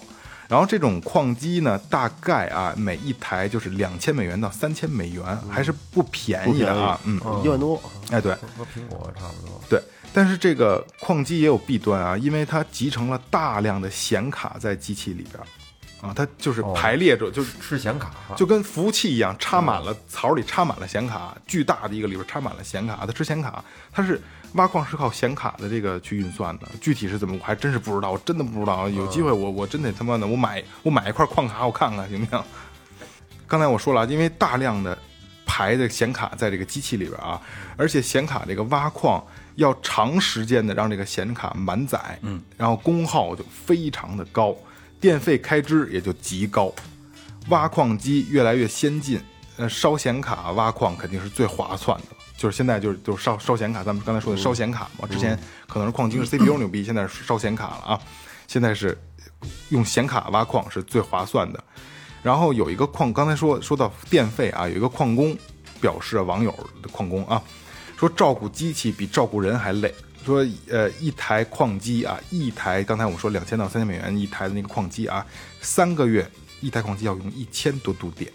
[SPEAKER 1] 然后这种矿机呢，大概啊每一台就是两千美元到三千美元，还是嗯不便宜的啊，嗯，
[SPEAKER 2] 哎一万多，
[SPEAKER 1] 哎对，
[SPEAKER 4] 和苹果差不多。
[SPEAKER 1] 对，但是这个矿机也有弊端啊，因为它集成了大量的显卡在机器里边儿，啊，它就是排列着，就
[SPEAKER 4] 吃显卡，
[SPEAKER 1] 就跟服务器一样，插满了槽里插满了显卡，巨大的一个里边插满了显卡，它吃显卡，它是挖矿是靠显卡的这个去运算的，具体是怎么我还真是不知道，我真的不知道，有机会我我真得他妈的我买我买一块矿卡我看看行不行？刚才我说了，因为大量的排的显卡在这个机器里边啊，而且显卡这个挖矿要长时间的让这个显卡满载，嗯，然后功耗就非常的高，电费开支也就极高。挖矿机越来越先进，呃，烧显卡挖矿肯定是最划算的了。就是现在就是就是烧烧显卡，咱们刚才说的烧显卡嘛，之前可能是矿机是 CPU 牛逼，现在是烧显卡了啊，现在是用显卡挖矿是最划算的。然后有一个矿，刚才说说到电费啊，有一个矿工表示啊网友的矿工啊，说照顾机器比照顾人还累。说呃，一台矿机啊，一台刚才我说两千到三千美元一台的那个矿机啊，三个月一台矿机要用一千多度电。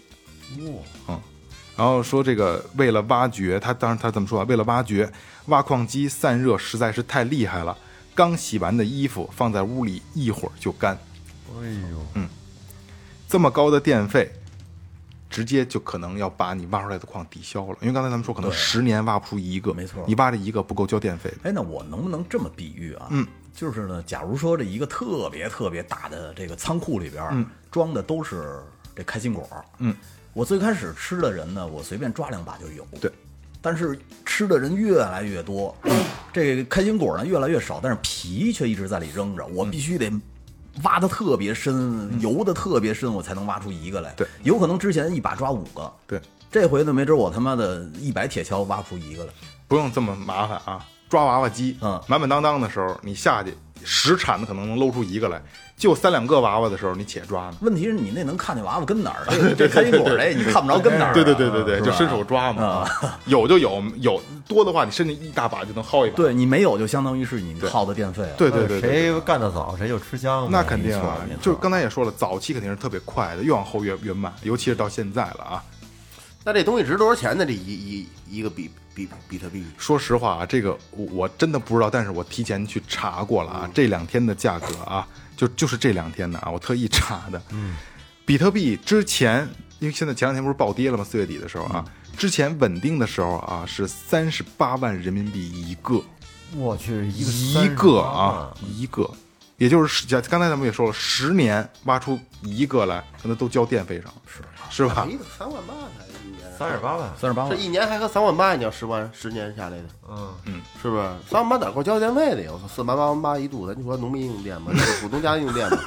[SPEAKER 1] 然后说这个为了挖掘，他当时他怎么说啊？为了挖掘，挖矿机散热实在是太厉害了，刚洗完的衣服放在屋里一会儿就干。
[SPEAKER 4] 哎呦，
[SPEAKER 1] 这么高的电费，直接就可能要把你挖出来的矿抵消了。因为刚才咱们说，可能十年挖不出一个，
[SPEAKER 3] 没错
[SPEAKER 1] 你挖这一个不够交电费的。
[SPEAKER 3] 哎，那我能不能这么比喻啊？嗯，就是呢，假如说这一个特别特别大的这个仓库里边，装的都是这开心果，嗯，我最开始吃的人呢，我随便抓两把就有，
[SPEAKER 1] 对。
[SPEAKER 3] 但是吃的人越来越多， 这个开心果呢越来越少，但是皮却一直在里扔着，我必须得挖的特别深，游的特别深，我才能挖出一个来。
[SPEAKER 1] 对，
[SPEAKER 3] 有可能之前一把抓五个，
[SPEAKER 1] 对，
[SPEAKER 3] 这回呢没准我他妈的一百铁锹挖不出一个来。
[SPEAKER 1] 不用这么麻烦啊！抓娃娃机，
[SPEAKER 3] 嗯
[SPEAKER 1] 满满当当的时候，你下去十铲子可能能搂出一个来，就三两个娃娃的时候，你且抓呢。
[SPEAKER 3] 问题是你那能看见娃娃跟哪 儿？这这开心果这你看不着跟哪儿啊？
[SPEAKER 1] 哎对对对对对，
[SPEAKER 3] 是吧嗯
[SPEAKER 1] 就伸手抓嘛，有就有，有多的话，你伸进一大把就能薅一把。
[SPEAKER 3] 对你没有，就相当于是你耗的电费啊。
[SPEAKER 1] 对对对对，对
[SPEAKER 4] 谁干得早谁就吃香呗。
[SPEAKER 1] 那肯定
[SPEAKER 3] 错
[SPEAKER 1] 啊
[SPEAKER 3] 嗯没错，
[SPEAKER 1] 就是刚才也说了，早期肯定是特别快的，越往后越越慢，尤其是到现在了啊。
[SPEAKER 2] 那这东西值多少钱呢？这一一一个比比比特币，
[SPEAKER 1] 说实话啊，这个我我真的不知道，但是我提前去查过了啊，这两天的价格啊，就就是这两天的啊，我特意查的。嗯，比特币之前因为现在前两天不是暴跌了吗？四月底的时候啊，之前稳定的时候啊是三十八万人民币一个，
[SPEAKER 4] 我去，一个
[SPEAKER 1] 一个啊，一个，也就是十家刚才咱们也说了，十年挖出一个来，可能都交电费上了，是是吧？
[SPEAKER 2] 一个三万八才一年，
[SPEAKER 4] 三十八万，
[SPEAKER 3] 三十八
[SPEAKER 2] 这
[SPEAKER 3] 万，
[SPEAKER 2] 一年还和三万八一样，十万十年下来的，
[SPEAKER 4] 嗯，
[SPEAKER 2] 是不是？三万八哪够交电费的呀？我操，四万八万八一度，咱就说农民用电吧，就是普通家庭 用电吧，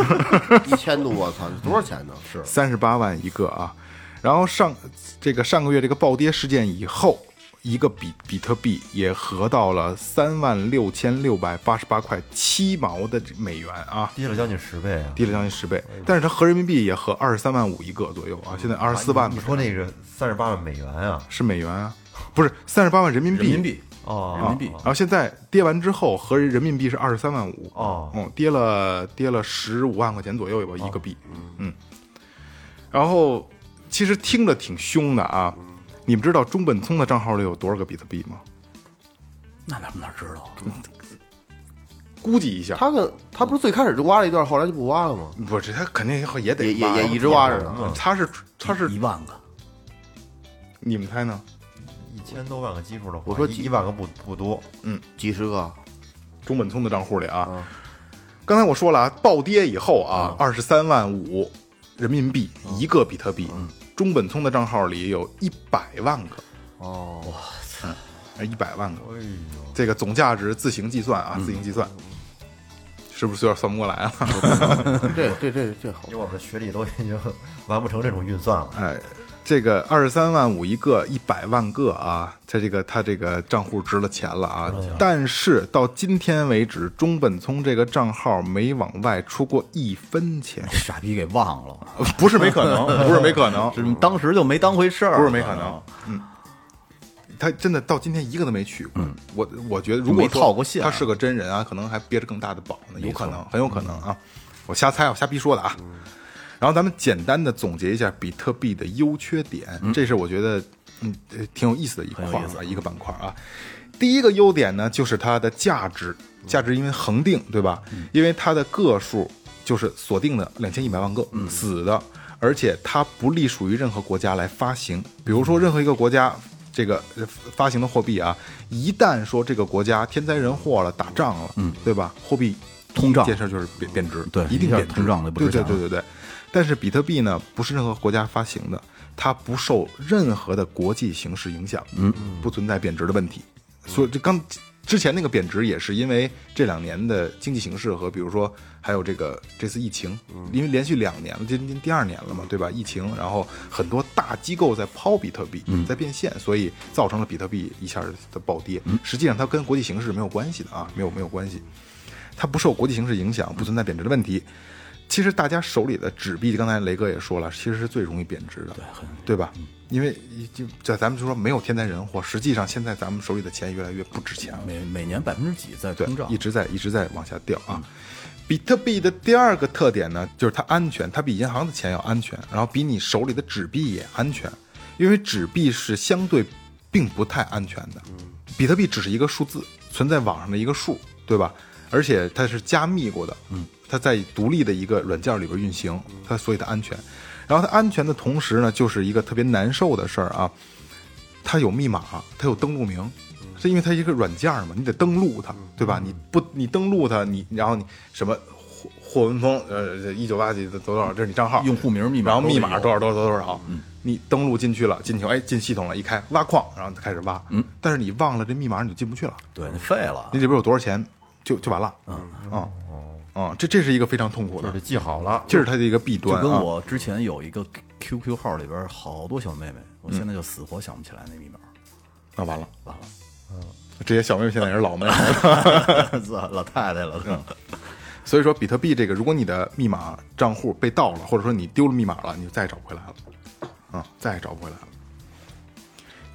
[SPEAKER 2] 一千度，我操，多少钱呢？是
[SPEAKER 1] 三十八万一个啊。然后上这个上个月这个暴跌事件以后，一个比比特币也合到了三万六千六百八十八块七毛的美元啊，
[SPEAKER 4] 跌了将近十倍啊！
[SPEAKER 1] 跌了将近十倍。
[SPEAKER 3] 哎
[SPEAKER 1] 但是它合人民币也合二十三万五一个左右啊，现在二十四万
[SPEAKER 4] 你说那个三十八万美元啊？
[SPEAKER 1] 是美元啊，不是三十八万人民币。
[SPEAKER 3] 人民币，
[SPEAKER 4] 哦，
[SPEAKER 3] 人民币
[SPEAKER 1] 然后现在跌完之后，合人民币是二十三万五
[SPEAKER 4] 哦
[SPEAKER 1] 嗯，跌了跌了十五万块钱左右吧，一个币，嗯。然后其实听着挺凶的啊，你们知道中本聪的账号里有多少个比特币吗？
[SPEAKER 3] 那哪哪知道啊？
[SPEAKER 1] 估计一下，
[SPEAKER 2] 他的他不是最开始就挖了一段，后来就不挖了吗？
[SPEAKER 1] 不是他肯定也得
[SPEAKER 2] 也也
[SPEAKER 1] 挖
[SPEAKER 2] 也
[SPEAKER 1] 嘛
[SPEAKER 2] 一直挖着呢。
[SPEAKER 1] 他是他是
[SPEAKER 3] 一万个，
[SPEAKER 1] 你们猜呢？
[SPEAKER 4] 一千多万个基数的话，
[SPEAKER 2] 我说
[SPEAKER 4] 一
[SPEAKER 2] 几
[SPEAKER 4] 一万个不不多，
[SPEAKER 2] 几十个，
[SPEAKER 1] 中本聪的账户里啊。刚才我说了啊，暴跌以后啊，二十三万五人民币一个比特币，中本聪的账号里有一百万个哦，一百万个，
[SPEAKER 4] 哎呦，
[SPEAKER 1] 这个总价值自行计算啊，自行计算，是不是有点算不过来 啊？
[SPEAKER 2] 这这这这好
[SPEAKER 4] 因为，我们的学历都已经完不成这种运算了。
[SPEAKER 1] 哎，这个二十三万五一个，一百万个啊，他这个他这个账户值了钱了啊。但是到今天为止，中本聪这个账号没往外出过一分钱，
[SPEAKER 3] 傻逼给忘了，
[SPEAKER 1] 不是没可能，不是没可 能，
[SPEAKER 3] 这当时就没当回事儿，
[SPEAKER 1] 不是没可能。嗯，他真的到今天一个都没取过。我我觉得，如果
[SPEAKER 3] 嗯没
[SPEAKER 1] 说
[SPEAKER 3] 套过线
[SPEAKER 1] 他是个真人啊，可能还憋着更大的宝呢，有可能，很有可能
[SPEAKER 3] 嗯
[SPEAKER 1] 啊。我瞎猜，我瞎逼说的啊。然后咱们简单的总结一下比特币的优缺点，这是我觉得嗯呃挺有意思的一块
[SPEAKER 3] 很有
[SPEAKER 1] 儿
[SPEAKER 3] 意思
[SPEAKER 1] 啊，一个板块啊。第一个优点呢，就是它的价值，
[SPEAKER 3] 嗯
[SPEAKER 1] 价值因为恒定，对吧？因为它的个数就是锁定的两千一百万个
[SPEAKER 3] 嗯
[SPEAKER 1] 死的，而且它不隶属于任何国家来发行。比如说，任何一个国家这个呃发行的货币啊，一旦说这个国家天灾人祸了、打仗了，嗯，对吧？货币
[SPEAKER 3] 通胀
[SPEAKER 1] 这事儿就是贬贬值，
[SPEAKER 3] 对
[SPEAKER 1] 一定
[SPEAKER 3] 一下
[SPEAKER 1] 贬值
[SPEAKER 3] 通胀就不值
[SPEAKER 1] 对对
[SPEAKER 3] 钱了
[SPEAKER 1] 对对对。但是比特币呢，不是任何国家发行的，它不受任何的国际形势影响，嗯，不存在贬值的问题。所以这刚之前那个贬值也是因为这两年的经济形势和比如说还有这个这次疫情，
[SPEAKER 3] 嗯
[SPEAKER 1] 因为连续两年了，今今第二年了嘛，对吧？疫情，然后很多大机构在抛比特币，
[SPEAKER 3] 嗯
[SPEAKER 1] 在变现，所以造成了比特币一下的暴跌。
[SPEAKER 3] 嗯
[SPEAKER 1] 实际上它跟国际形势没有关系的啊，没有没有关系。它不受国际形势影响，不存在贬值的问题。其实大家手里的纸币，刚才雷哥也说了，其实是最容易贬值的，对吧？因为就在咱们就说没有天灾人祸，实际上现在咱们手里的钱越来越不值钱了，
[SPEAKER 3] 每每年百分之几在
[SPEAKER 1] 对
[SPEAKER 3] 通胀，
[SPEAKER 1] 一直在一直在往下掉啊。比特币的第二个特点呢，就是它安全，它比银行的钱要安全，然后比你手里的纸币也安全，因为纸币是相对并不太安全的，
[SPEAKER 3] 嗯
[SPEAKER 1] 比特币只是一个数字，存在网上的一个数，对吧？而且它是加密过的，嗯，它在独立的一个软件里边运行，
[SPEAKER 3] 嗯
[SPEAKER 1] 它所以它安全。然后它安全的同时呢，就是一个特别难受的事儿啊，它有密码，它有登录名，
[SPEAKER 3] 嗯
[SPEAKER 1] 是因为它一个软件嘛，你得登录它，对吧？你不你登录它，你然后你什么霍霍文峰呃一九八几多多少，这是你账号
[SPEAKER 3] 用户名密码
[SPEAKER 1] 然后
[SPEAKER 3] 都得
[SPEAKER 1] 密码
[SPEAKER 3] 有嗯
[SPEAKER 1] 多少多少多少多少，你登录进去了，进去哎进系统了，一开挖矿，然后开始挖，嗯，但是你忘了这密码，你就进不去了。
[SPEAKER 3] 对，那废了
[SPEAKER 1] 你，里边有多少钱，就就完了。嗯
[SPEAKER 3] 哦
[SPEAKER 1] 啊啊，这这是一个非常痛苦
[SPEAKER 4] 就
[SPEAKER 1] 的
[SPEAKER 4] 是，记好了，
[SPEAKER 1] 这是它的一个弊
[SPEAKER 3] 就
[SPEAKER 1] 端
[SPEAKER 3] 跟
[SPEAKER 1] 啊。
[SPEAKER 3] 我之前有一个 QQ 号里边好多小妹妹，我现在就死活想不起来那 密码，
[SPEAKER 1] 那完了，
[SPEAKER 3] 完了。
[SPEAKER 1] 这些小妹妹现在也是老妹妹。
[SPEAKER 3] 老老太太 了，
[SPEAKER 1] 嗯
[SPEAKER 3] 都
[SPEAKER 1] 所以说，比特币这个，如果你的密码账户被盗了，或者说你丢了密码了，你就再也找不回来了，啊、再也找不回来了。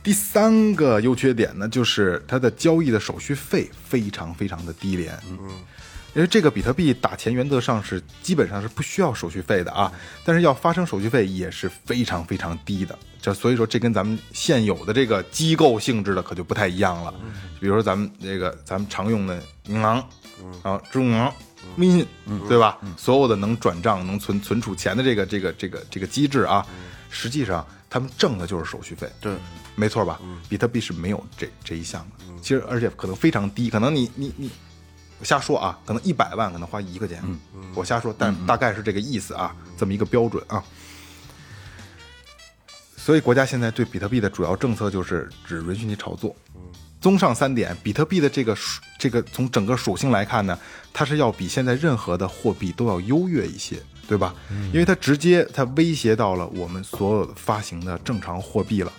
[SPEAKER 1] 第三个优缺点呢，就是它的交易的手续费非常非常的低廉。嗯，因为这个比特币打钱原则上是基本上是不需要手续费的啊，但是要发生手续费也是非常非常低的。这所以说，这跟咱们现有的这个机构性质的可就不太一样了。比如说咱们这个咱们常用的银行然后支付宝、微信，对吧？所有的能转账、能存存储钱的这个这个这个这个机制啊，实际上他们挣的就是手续费。
[SPEAKER 2] 对，
[SPEAKER 1] 没错吧？比特币是没有这这一项的，其实而且可能非常低，可能你你你。我瞎说啊，可能一百万可能花一个钱，我瞎说，但大概是这个意思啊，这么一个标准啊。所以国家现在对比特币的主要政策就是只允许你炒作。综上三点，比特币的这个属这个从整个属性来看呢，它是要比现在任何的货币都要优越一些，对吧？因为它直接它威胁到了我们所有发行的正常货币了。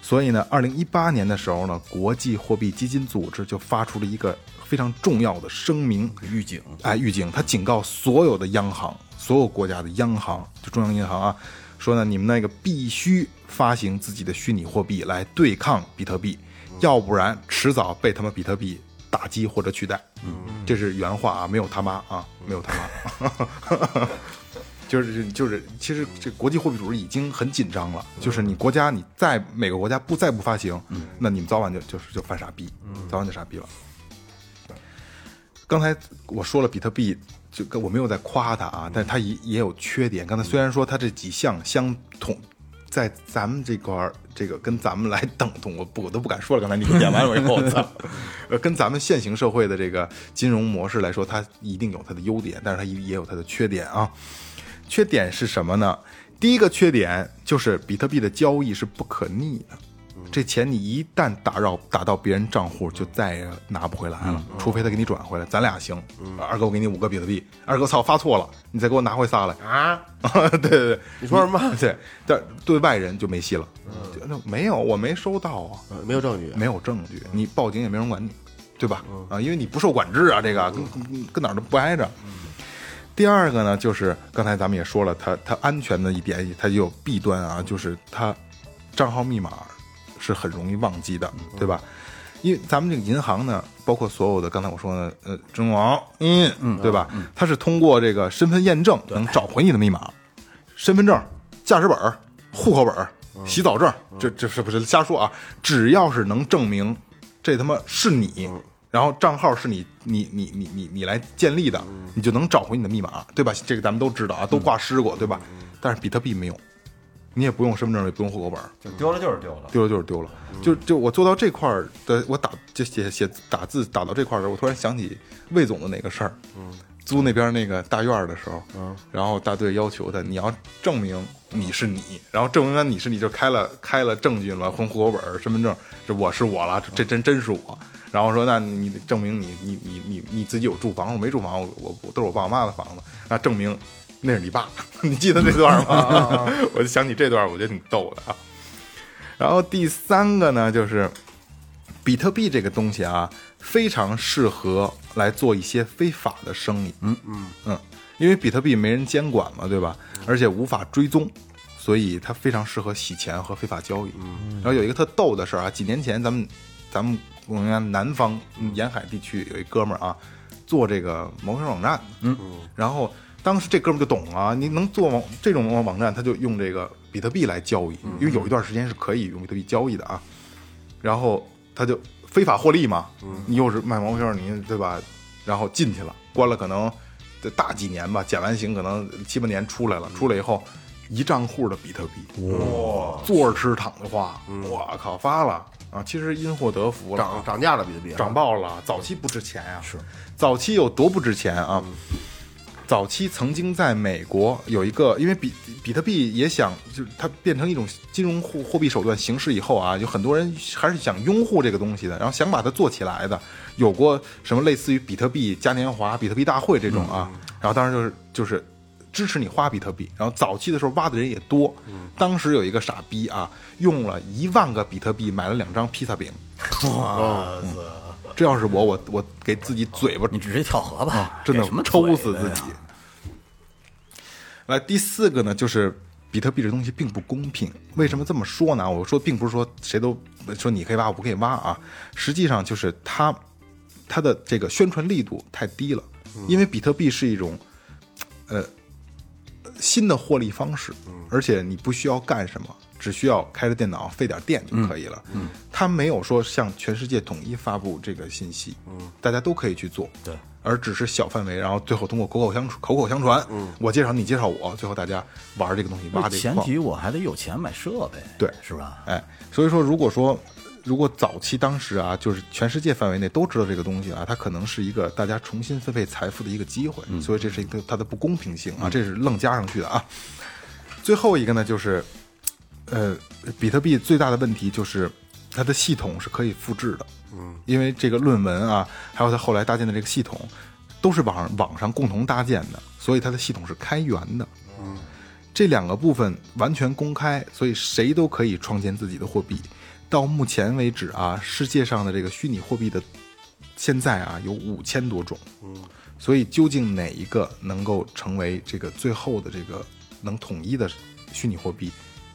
[SPEAKER 1] 所以呢，二零一八年的时候呢，国际货币基金组织就发出了一个非常重要的声明，
[SPEAKER 3] 预警，
[SPEAKER 1] 哎，预警，他警告所有的央行，所有国家的央行，就中央银行啊，说呢，你们那个必须发行自己的虚拟货币来对抗比特币，要不然迟早被他们比特币打击或者取代。嗯，这是原话啊，没有他妈啊，没有他妈。就是就是，其实这国际货币组织已经很紧张了。就是你国家，你再每个国家不再不发行，那你们早晚就就是就犯傻逼，早晚就傻逼了。刚才我说了比特币，就跟我没有在夸它啊，但它也也有缺点。刚才虽然说它这几项相同，在咱们这块儿，这个跟咱们来等同，我不我都不敢说了。刚才你点哎完我以后，我操，呃，跟咱们现行社会的这个金融模式来说，它一定有它的优点，但是它也也有它的缺点啊。缺点是什么呢？第一个缺点就是比特币的交易是不可逆的，
[SPEAKER 2] 嗯
[SPEAKER 1] 这钱你一旦打扰打到别人账户，就再也拿不回来了，
[SPEAKER 2] 嗯
[SPEAKER 1] 除非他给你转回来。咱俩行，二哥我给你五个比特币，二哥操发错了，你再给我拿回仨来啊！对对对，
[SPEAKER 2] 你说什么？ 嗯
[SPEAKER 1] 对，但对外人就没戏了，就那没有，我没收到啊，
[SPEAKER 2] 呃没有证据，
[SPEAKER 1] 没有证据，你报警也没人管你，对吧？啊，因为你不受管制啊，这个跟跟跟哪儿都不挨着。第二个呢，就是刚才咱们也说了，它它安全的一点，它也有弊端啊，就是它账号密码是很容易忘记的，对吧？因为咱们这个银行呢，包括所有的刚才我说的，呃，中王，嗯，对吧？它是通过这个身份验证能找回你的密码，身份证、驾驶本、户口本、洗澡证，这这是不是瞎说啊？只要是能证明这他妈是你，然后账号是你你你你你你来建立的，你就能找回你的密码，对吧？这个咱们都知道啊，都挂失过，对吧？但是比特币没有，你也不用身份证，也不用户口本，
[SPEAKER 4] 就丢了就是丢了。
[SPEAKER 1] 丢了就是丢了。就就我做到这块儿的，我打就写写打字打到这块儿的时候，我突然想起魏总的那个事儿。嗯，租那边那个大院儿的时候，嗯，然后大队要求他，你要证明你是你，然后证明完你是你就开了开了证据了，混户口本儿、身份证，这我是我了，这真真是我。然后说，那你得证明你你你你你自己有住房，我没住房，我我我都是我爸我妈的房子，那证明那是你爸。 你记得这段吗？ 我就想起这段，我觉得挺逗的啊。然后第三个呢，就是比特币这个东西啊，非常适合来做一些非法的生意。嗯嗯嗯，因为比特币没人监管嘛，对吧？而且无法追踪，所以它非常适合洗钱和非法交易。然后有一个特逗的事儿啊，几年前咱们咱们我们家南方嗯沿海地区有一哥们儿啊，做这个谋生网站，嗯，然后当时这哥们儿就懂啊，你能做网这种网站，他就用这个比特币来交易，因为有一段时间是可以用比特币交易的啊，然后他就非法获利嘛，你又是卖毛片儿，你对吧？然后进去了，关了可能得大几年吧，减完刑可能七八年出来了，出来以后一账户的比特币，哇，坐着吃躺着花，我靠发了啊！其实因祸得福了啊，
[SPEAKER 2] 涨涨价了比特币啊，
[SPEAKER 1] 嗯涨爆了，早期不值钱啊呀、是，早期有多不值钱啊？早期曾经在美国有一个，因为比比特币也想就是它变成一种金融货货币手段形式以后啊，有很多人还是想拥护这个东西的，然后想把它做起来的，有过什么类似于比特币嘉年华、比特币大会这种啊，
[SPEAKER 4] 嗯
[SPEAKER 1] 然后当时就是就是支持你花比特币，然后早期的时候挖的人也多，当时有一个傻逼啊，用了一万个比特币买了两张披萨饼，嗯
[SPEAKER 4] 哇塞！
[SPEAKER 1] 这要是我，我我给自己嘴巴
[SPEAKER 3] 你直接跳河吧，
[SPEAKER 1] 啊真的
[SPEAKER 3] 给什么
[SPEAKER 1] 抽
[SPEAKER 3] 嘴
[SPEAKER 1] 死
[SPEAKER 3] 的
[SPEAKER 1] 自
[SPEAKER 3] 呀
[SPEAKER 1] 己。来，第四个呢，就是比特币这东西并不公平。为什么这么说呢？我说并不是说谁都说你可以挖，我不可以挖啊。实际上就是它它的这个宣传力度太低了，因为比特币是一种呃新的获利方式，
[SPEAKER 3] 嗯
[SPEAKER 1] 而且你不需要干什么，只需要开着电脑费点电就可以了。嗯，它没有说向全世界统一发布这个信息，嗯，大家都可以去做。
[SPEAKER 3] 嗯对，嗯
[SPEAKER 1] 而只是小范围，然后最后通过口口相口口相传，我介绍你介绍我，最后大家玩这个东西，挖这个
[SPEAKER 3] 前
[SPEAKER 1] 矿。
[SPEAKER 3] 提我还得有钱买设备，
[SPEAKER 1] 对
[SPEAKER 3] 是吧？
[SPEAKER 1] 哎，所以说，如果说如果早期当时啊，就是全世界范围内都知道这个东西啊，它可能是一个大家重新分配财富的一个机会，所以这是一个它的不公平性啊，这是愣加上去的啊。最后一个呢，就是呃，比特币最大的问题就是它的系统是可以复制的，嗯，因为这个论文啊，还有它后来搭建的这个系统，都是网上网上共同搭建的，所以它的系统是开源的，这两个部分完全公开，所以谁都可以创建自己的货币。到目前为止啊，世界上的这个虚拟货币的现在啊有五千多种，嗯，所以究竟哪一个能够成为这个最后的这个能统一的虚拟货币，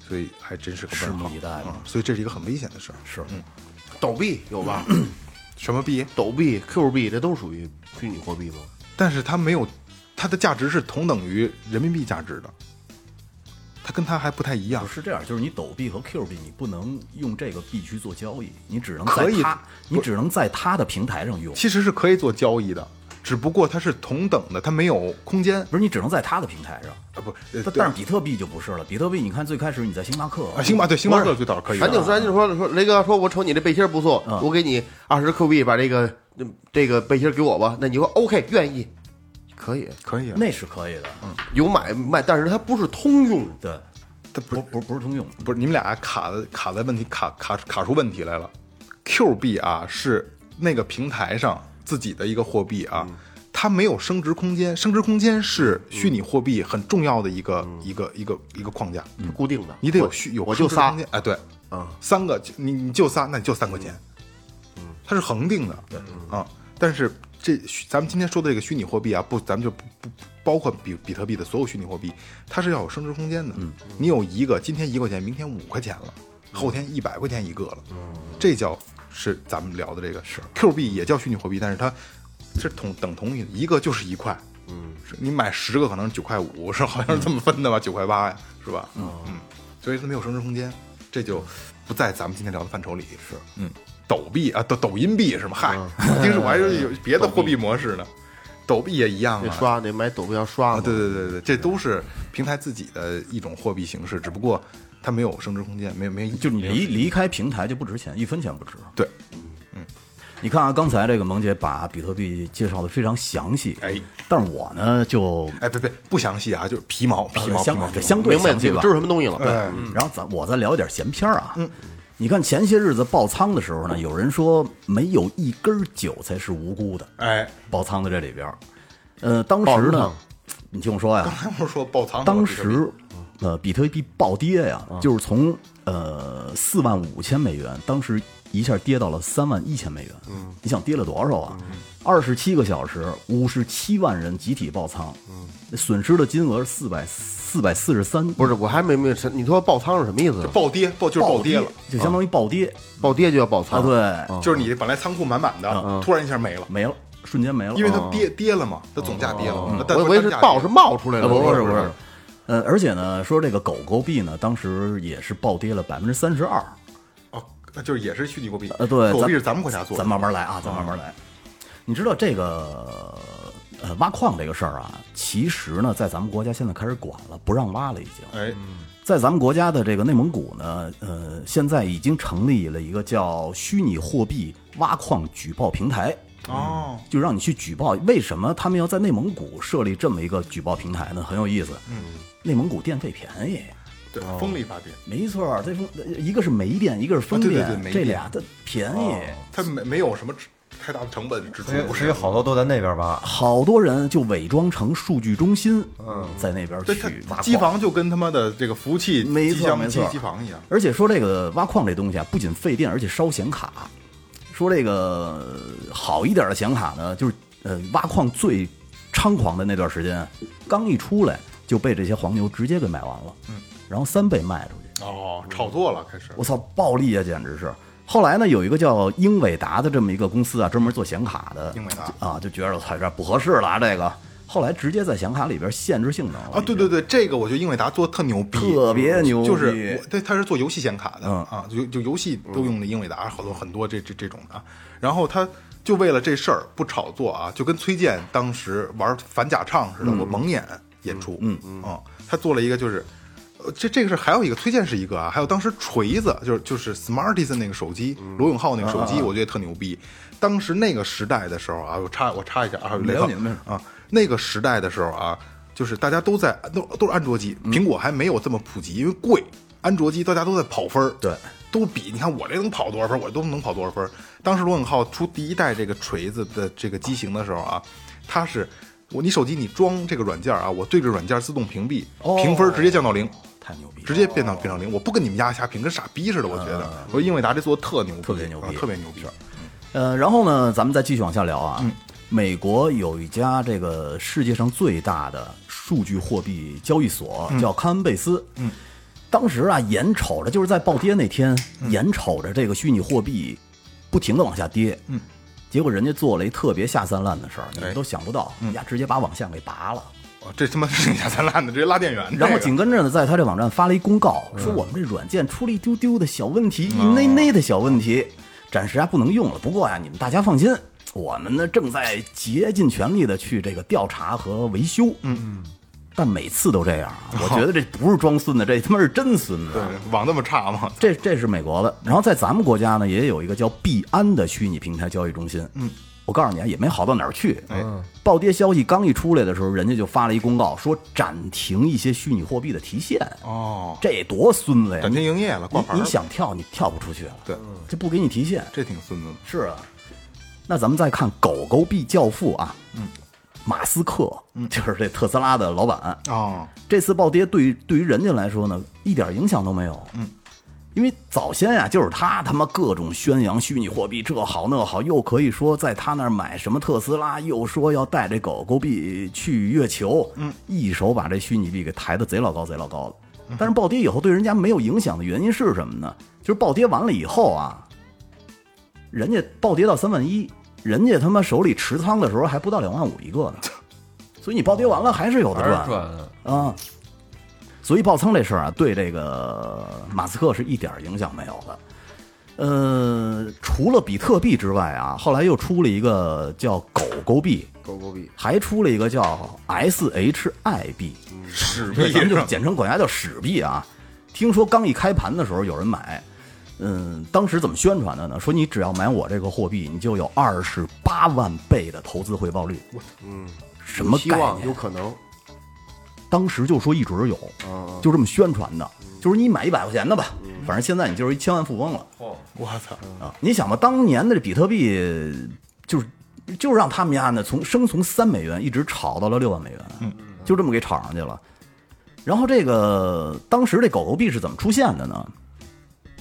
[SPEAKER 1] 所以还真是个问号
[SPEAKER 3] 拭目以待吧
[SPEAKER 1] 嗯所以这是一个很危险的事儿。
[SPEAKER 3] 是，
[SPEAKER 2] 抖币有吧？
[SPEAKER 1] 嗯什么币？
[SPEAKER 2] 抖币、Q 币这都属于虚拟货币吗？
[SPEAKER 1] 但是它没有，它的价值是同等于人民币价值的，它跟它还不太一样
[SPEAKER 3] 不。是这样，就是你抖币和 Q 币，你不能用这个币去做交易，你只能
[SPEAKER 1] 可
[SPEAKER 3] 在
[SPEAKER 1] 以
[SPEAKER 3] 它，你只能在它的平台上用，
[SPEAKER 1] 其实是可以做交易的，只不过它是同等的，它没有空间啊
[SPEAKER 3] 不是你只能在它的平台上。
[SPEAKER 1] 不，呃
[SPEAKER 3] 但
[SPEAKER 1] 对
[SPEAKER 3] 但是比特币就不是了，比特币你看最开始你在星巴克
[SPEAKER 1] 啊，星巴对星巴克最早可以啊的，
[SPEAKER 2] 咱就咱就说说雷哥说，我瞅你这背心儿不错，
[SPEAKER 3] 嗯
[SPEAKER 2] 我给你二十 Q 币，把这个嗯这个背心儿给我吧。那你说 OK 愿意，可以
[SPEAKER 1] 可以啊，
[SPEAKER 3] 那是可以的，
[SPEAKER 2] 有买卖，但是它不是通用的。
[SPEAKER 3] 对，
[SPEAKER 1] 它不
[SPEAKER 3] 不不不是通用的，
[SPEAKER 1] 不是你们俩卡的卡在问题卡卡卡出问题来了，Q 币啊是那个平台上自己的一个货币啊。
[SPEAKER 3] 嗯
[SPEAKER 1] 它没有升值空间，升值空间是虚拟货币很重要的一个、
[SPEAKER 3] 嗯
[SPEAKER 1] 一个一个一个框架。
[SPEAKER 2] 是固定的，
[SPEAKER 1] 嗯你得有
[SPEAKER 2] 我
[SPEAKER 1] 需有
[SPEAKER 2] 我
[SPEAKER 1] 升
[SPEAKER 2] 就
[SPEAKER 1] 值
[SPEAKER 2] 仨
[SPEAKER 1] 空间，哎，对，
[SPEAKER 2] 嗯，
[SPEAKER 1] 三个就你你就仨，那你就三块钱，嗯，它是恒定的，对，
[SPEAKER 2] 嗯
[SPEAKER 1] 啊，但是这虚咱们今天说的这个虚拟货币啊，不，咱们就不不不包括比比特币的所有虚拟货币，它是要有升值空间的，嗯，你有一个今天一块钱，明天五块钱了，后天一百块钱一个了，
[SPEAKER 2] 嗯
[SPEAKER 1] 这叫是咱们聊的这个是 Q 币也叫虚拟货币，但是它是同等同于的一个就是一块。嗯，你买十个可能九块五，是好像是这么分的吧？九块八呀，是吧？嗯
[SPEAKER 3] 哦
[SPEAKER 1] 嗯，所以它没有升值空间，这就不在咱们今天聊的范畴里。是，嗯，抖币啊，抖抖音币是吗？嗨，
[SPEAKER 3] 嗯
[SPEAKER 1] 其实我还说 有别的货币模式呢，抖币也一样
[SPEAKER 2] 得
[SPEAKER 1] 啊。
[SPEAKER 2] 刷，得买抖币要刷
[SPEAKER 1] 啊，
[SPEAKER 2] 嘛
[SPEAKER 1] 对对对对，这都是平台自己的一种货币形式，只不过它没有升值空间，没有没有，
[SPEAKER 3] 就你离离开平台就不值钱，一分钱不值。
[SPEAKER 1] 对，
[SPEAKER 3] 你看啊，刚才这个萌姐把比特币介绍的非常详细，
[SPEAKER 1] 哎，
[SPEAKER 3] 但是我呢就
[SPEAKER 1] 哎，别别不详细啊，就是皮毛皮毛皮毛
[SPEAKER 3] 呃相
[SPEAKER 1] 皮毛
[SPEAKER 3] 相对
[SPEAKER 2] 明白
[SPEAKER 3] 详
[SPEAKER 2] 自
[SPEAKER 3] 细
[SPEAKER 2] 己
[SPEAKER 3] 吧
[SPEAKER 2] 知。道什么东西了。
[SPEAKER 1] 哎
[SPEAKER 3] 嗯然后咱我再聊一点闲篇儿啊。嗯，你看前些日子爆仓的时候呢，有人说没有一根韭菜是无辜的，
[SPEAKER 1] 哎，
[SPEAKER 3] 爆仓的这里边儿，呃，当时
[SPEAKER 2] 爆
[SPEAKER 3] 呢
[SPEAKER 2] 仓，
[SPEAKER 3] 你听我说呀，
[SPEAKER 1] 他不是说爆仓吗
[SPEAKER 3] 当
[SPEAKER 1] 比特币
[SPEAKER 3] 时，呃，比特币暴跌呀，就是从呃四万五千美元，当时一下跌到了三万一千美元。嗯，你想跌了多少啊？二十七个小时，五十七万人集体爆仓，嗯，损失的金额是四百四百四十三，
[SPEAKER 2] 不是，我还没明白，你说爆仓是什么意思？
[SPEAKER 1] 暴跌暴就是
[SPEAKER 3] 暴
[SPEAKER 1] 暴跌了，，
[SPEAKER 3] 就相当于暴跌
[SPEAKER 2] 暴跌就要爆
[SPEAKER 3] 啊！嗯
[SPEAKER 2] 仓，，
[SPEAKER 3] 对，
[SPEAKER 1] 就是你本来仓库满满的，突然一下没了，
[SPEAKER 3] 没了，瞬间没了，啊
[SPEAKER 1] 因为它跌跌了嘛，它总价跌
[SPEAKER 3] 哦
[SPEAKER 1] 了
[SPEAKER 3] 嗯
[SPEAKER 1] 嘛，但
[SPEAKER 2] 我以为是
[SPEAKER 1] 单价
[SPEAKER 2] 爆
[SPEAKER 1] 跌
[SPEAKER 2] 是冒出来
[SPEAKER 3] 啊，
[SPEAKER 2] 的，
[SPEAKER 3] 不是不是，呃，而且呢，说这个狗狗币呢，当时也是暴跌了百分之三十二。
[SPEAKER 1] 哦，那就是也是虚拟货币，
[SPEAKER 3] 呃，对，
[SPEAKER 1] 狗
[SPEAKER 3] 咱
[SPEAKER 1] 币是咱们国家做的，嗯
[SPEAKER 3] 咱慢慢来啊，咱慢慢来。你知道这个呃挖矿这个事儿啊，其实呢，在咱们国家现在开始管了，不让挖了已经。
[SPEAKER 1] 哎，
[SPEAKER 3] 在咱们国家的这个内蒙古呢，呃，现在已经成立了一个叫虚拟货币挖矿举报平台。
[SPEAKER 1] 哦，
[SPEAKER 3] 就让你去举报。为什么他们要在内蒙古设立这么一个举报平台呢？很有意思。嗯，内蒙古电费便宜，
[SPEAKER 1] 对，
[SPEAKER 3] 哦
[SPEAKER 1] 风力发电，
[SPEAKER 3] 没错儿，这风一个是煤电，一个是风
[SPEAKER 1] 啊对对
[SPEAKER 3] 电，
[SPEAKER 1] 对煤
[SPEAKER 3] 这
[SPEAKER 1] 电哦
[SPEAKER 3] 俩的便宜。
[SPEAKER 1] 它没没有什么太大的成本支出
[SPEAKER 4] 因，为是因为好多都在那边挖，
[SPEAKER 3] 好多人就伪装成数据中心，嗯，在那边
[SPEAKER 1] 对，
[SPEAKER 3] 去
[SPEAKER 1] 它
[SPEAKER 3] 挖矿。
[SPEAKER 1] 机房就跟他妈的这个服务器、
[SPEAKER 3] 没
[SPEAKER 1] 机
[SPEAKER 3] 错没
[SPEAKER 1] 箱、机
[SPEAKER 3] 错
[SPEAKER 1] 机房一样，
[SPEAKER 3] 而且说这个挖矿这东西啊，不仅费电，而且烧显卡。说这个呃好一点的显卡呢，就是呃挖矿最猖狂的那段时间，刚一出来就被这些黄牛直接给买完了，嗯，然后三倍卖出去。
[SPEAKER 1] 哦，炒作了开始，
[SPEAKER 3] 我操，暴利啊，简直是！后来呢，有一个叫英伟达的这么一个公司啊，专门做显卡的，
[SPEAKER 1] 英伟达
[SPEAKER 3] 啊，就觉得操，这不合适了啊，这个后来直接在显卡里边限制性能了
[SPEAKER 1] 啊，对对对，这个我觉得英伟达做的特牛逼，
[SPEAKER 3] 特别牛逼嗯
[SPEAKER 1] 就是我，对，他是做游戏显卡的、啊，就就游戏都用的英伟达，好多很多这这这种的啊。然后他就为了这事儿不炒作啊，就跟崔健当时玩反假唱似的，
[SPEAKER 3] 嗯
[SPEAKER 1] 我蒙眼演出，嗯嗯啊，他做了一个就是。呃这这个是还有一个崔健是一个啊，还有当时锤子就是就是 Smartisan 那个手机，
[SPEAKER 3] 嗯
[SPEAKER 1] 罗永浩那个手机，我觉得特牛逼。当时那个时代的时候啊，我插我插一下啊，雷
[SPEAKER 3] 没有
[SPEAKER 1] 浩
[SPEAKER 3] 你没事
[SPEAKER 1] 啊，那个时代的时候啊，就是大家都在都都是安卓
[SPEAKER 3] 嗯
[SPEAKER 1] 机，苹果还没有这么普及，因为贵，安卓机大家都在跑分儿，
[SPEAKER 3] 对，
[SPEAKER 1] 都比你看我这能跑多少分儿，我都能跑多少分儿。当时罗永浩出第一代这个锤子的这个机型的时候啊，它是我你手机你装这个软件儿啊，我对着软件儿自动屏蔽，
[SPEAKER 3] 哦
[SPEAKER 1] 评分儿直接降到零。
[SPEAKER 3] 太牛逼了，
[SPEAKER 1] 直接变到变成零。我不跟你们压瞎评，跟傻逼似的。我觉得，我觉得英伟达这做的特牛逼，
[SPEAKER 3] 嗯特别牛逼
[SPEAKER 1] 啊特别牛逼。
[SPEAKER 3] 呃，然后呢，咱们再继续往下聊啊。美国有一家这个世界上最大的数据货币交易所，叫康恩贝斯。嗯，当时啊，眼瞅着就是在暴跌那天，眼瞅着这个虚拟货币不停的往下跌。嗯，哎结果人家做了一特别下三滥的事儿，你们都想不到，人家直接把网线给拔了。
[SPEAKER 1] 哦这他妈是 下三滥的，直接拉电源。
[SPEAKER 3] 然后
[SPEAKER 1] 这个
[SPEAKER 3] 紧跟着呢，在他这网站发了一公告，说我们这软件出了一丢丢的小问题，一内内的小问题，暂时还啊不能用了。不过呀，你们大家放心，我们呢正在竭尽全力的去这个调查和维修。嗯嗯。但每次都这样啊，我觉得这不是装孙子，这他妈是真孙子。
[SPEAKER 1] 对网那么差吗？
[SPEAKER 3] 这这是美国的。然后在咱们国家呢，也有一个叫币安的虚拟平台交易中心。嗯，我告诉你啊，也没好到哪儿去。
[SPEAKER 1] 哎
[SPEAKER 3] 嗯，暴跌消息刚一出来的时候，人家就发了一公告，说暂停一些虚拟货币的提现。
[SPEAKER 1] 哦，
[SPEAKER 3] 这多孙子呀！
[SPEAKER 1] 暂停营业了，挂牌儿嗯
[SPEAKER 3] 你你想跳，你跳不出去了。
[SPEAKER 1] 对，
[SPEAKER 3] 这不给你提现。
[SPEAKER 1] 这挺孙子的。
[SPEAKER 3] 是啊，那咱们再看狗狗币教父啊，嗯，马斯克，
[SPEAKER 1] 嗯
[SPEAKER 3] 就是这特斯拉 的老板，
[SPEAKER 1] 哦，
[SPEAKER 3] 这次暴跌对于对于人家来说呢，一点影响都没有。嗯，因为早先呀、就是他他妈各种宣扬虚拟货币这好那好，又可以说在他那儿买什么特斯拉，又说要带这狗狗币去月球，嗯，一手把这虚拟币给抬得贼老高贼老高了。但是暴跌以后对人家没有影响的原因是什么呢？就是暴跌完了以后啊，人家暴跌到三万一，人家他妈手里持仓的时候还不到两万五一个呢，所以你暴跌完了还是有的
[SPEAKER 4] 还是
[SPEAKER 3] 赚。
[SPEAKER 4] 赚的，
[SPEAKER 3] 啊。所以爆仓这事儿啊，对这个马斯克是一点儿影响没有的。呃，除了比特币之外啊，后来又出了一个叫狗狗币，
[SPEAKER 2] 狗狗币，
[SPEAKER 3] 还出了一个叫 SHI 币，
[SPEAKER 1] 史
[SPEAKER 3] 对，
[SPEAKER 1] 密
[SPEAKER 3] 咱 们就是
[SPEAKER 1] 上
[SPEAKER 3] 简称管它叫史币啊。听说刚一开盘的时候有人买，嗯，当时怎么宣传的呢？说你只要买我这个货币，你就有二十八万倍的投资回报率。
[SPEAKER 2] 嗯，
[SPEAKER 3] 什么
[SPEAKER 2] 希
[SPEAKER 3] 概
[SPEAKER 2] 望
[SPEAKER 3] 念
[SPEAKER 2] 有？可能，
[SPEAKER 3] 当时就说一直有，
[SPEAKER 2] 嗯，
[SPEAKER 3] 就这么宣传的，就是你买一百块钱的吧，反正现在你就是一千万富翁了
[SPEAKER 1] 我操！
[SPEAKER 3] 啊！你想吧，当年的这比特币就是就是让他们家呢从升从三美元一直炒到了六万美元，就这么给炒上去了。然后这个当时这狗狗币是怎么出现的呢？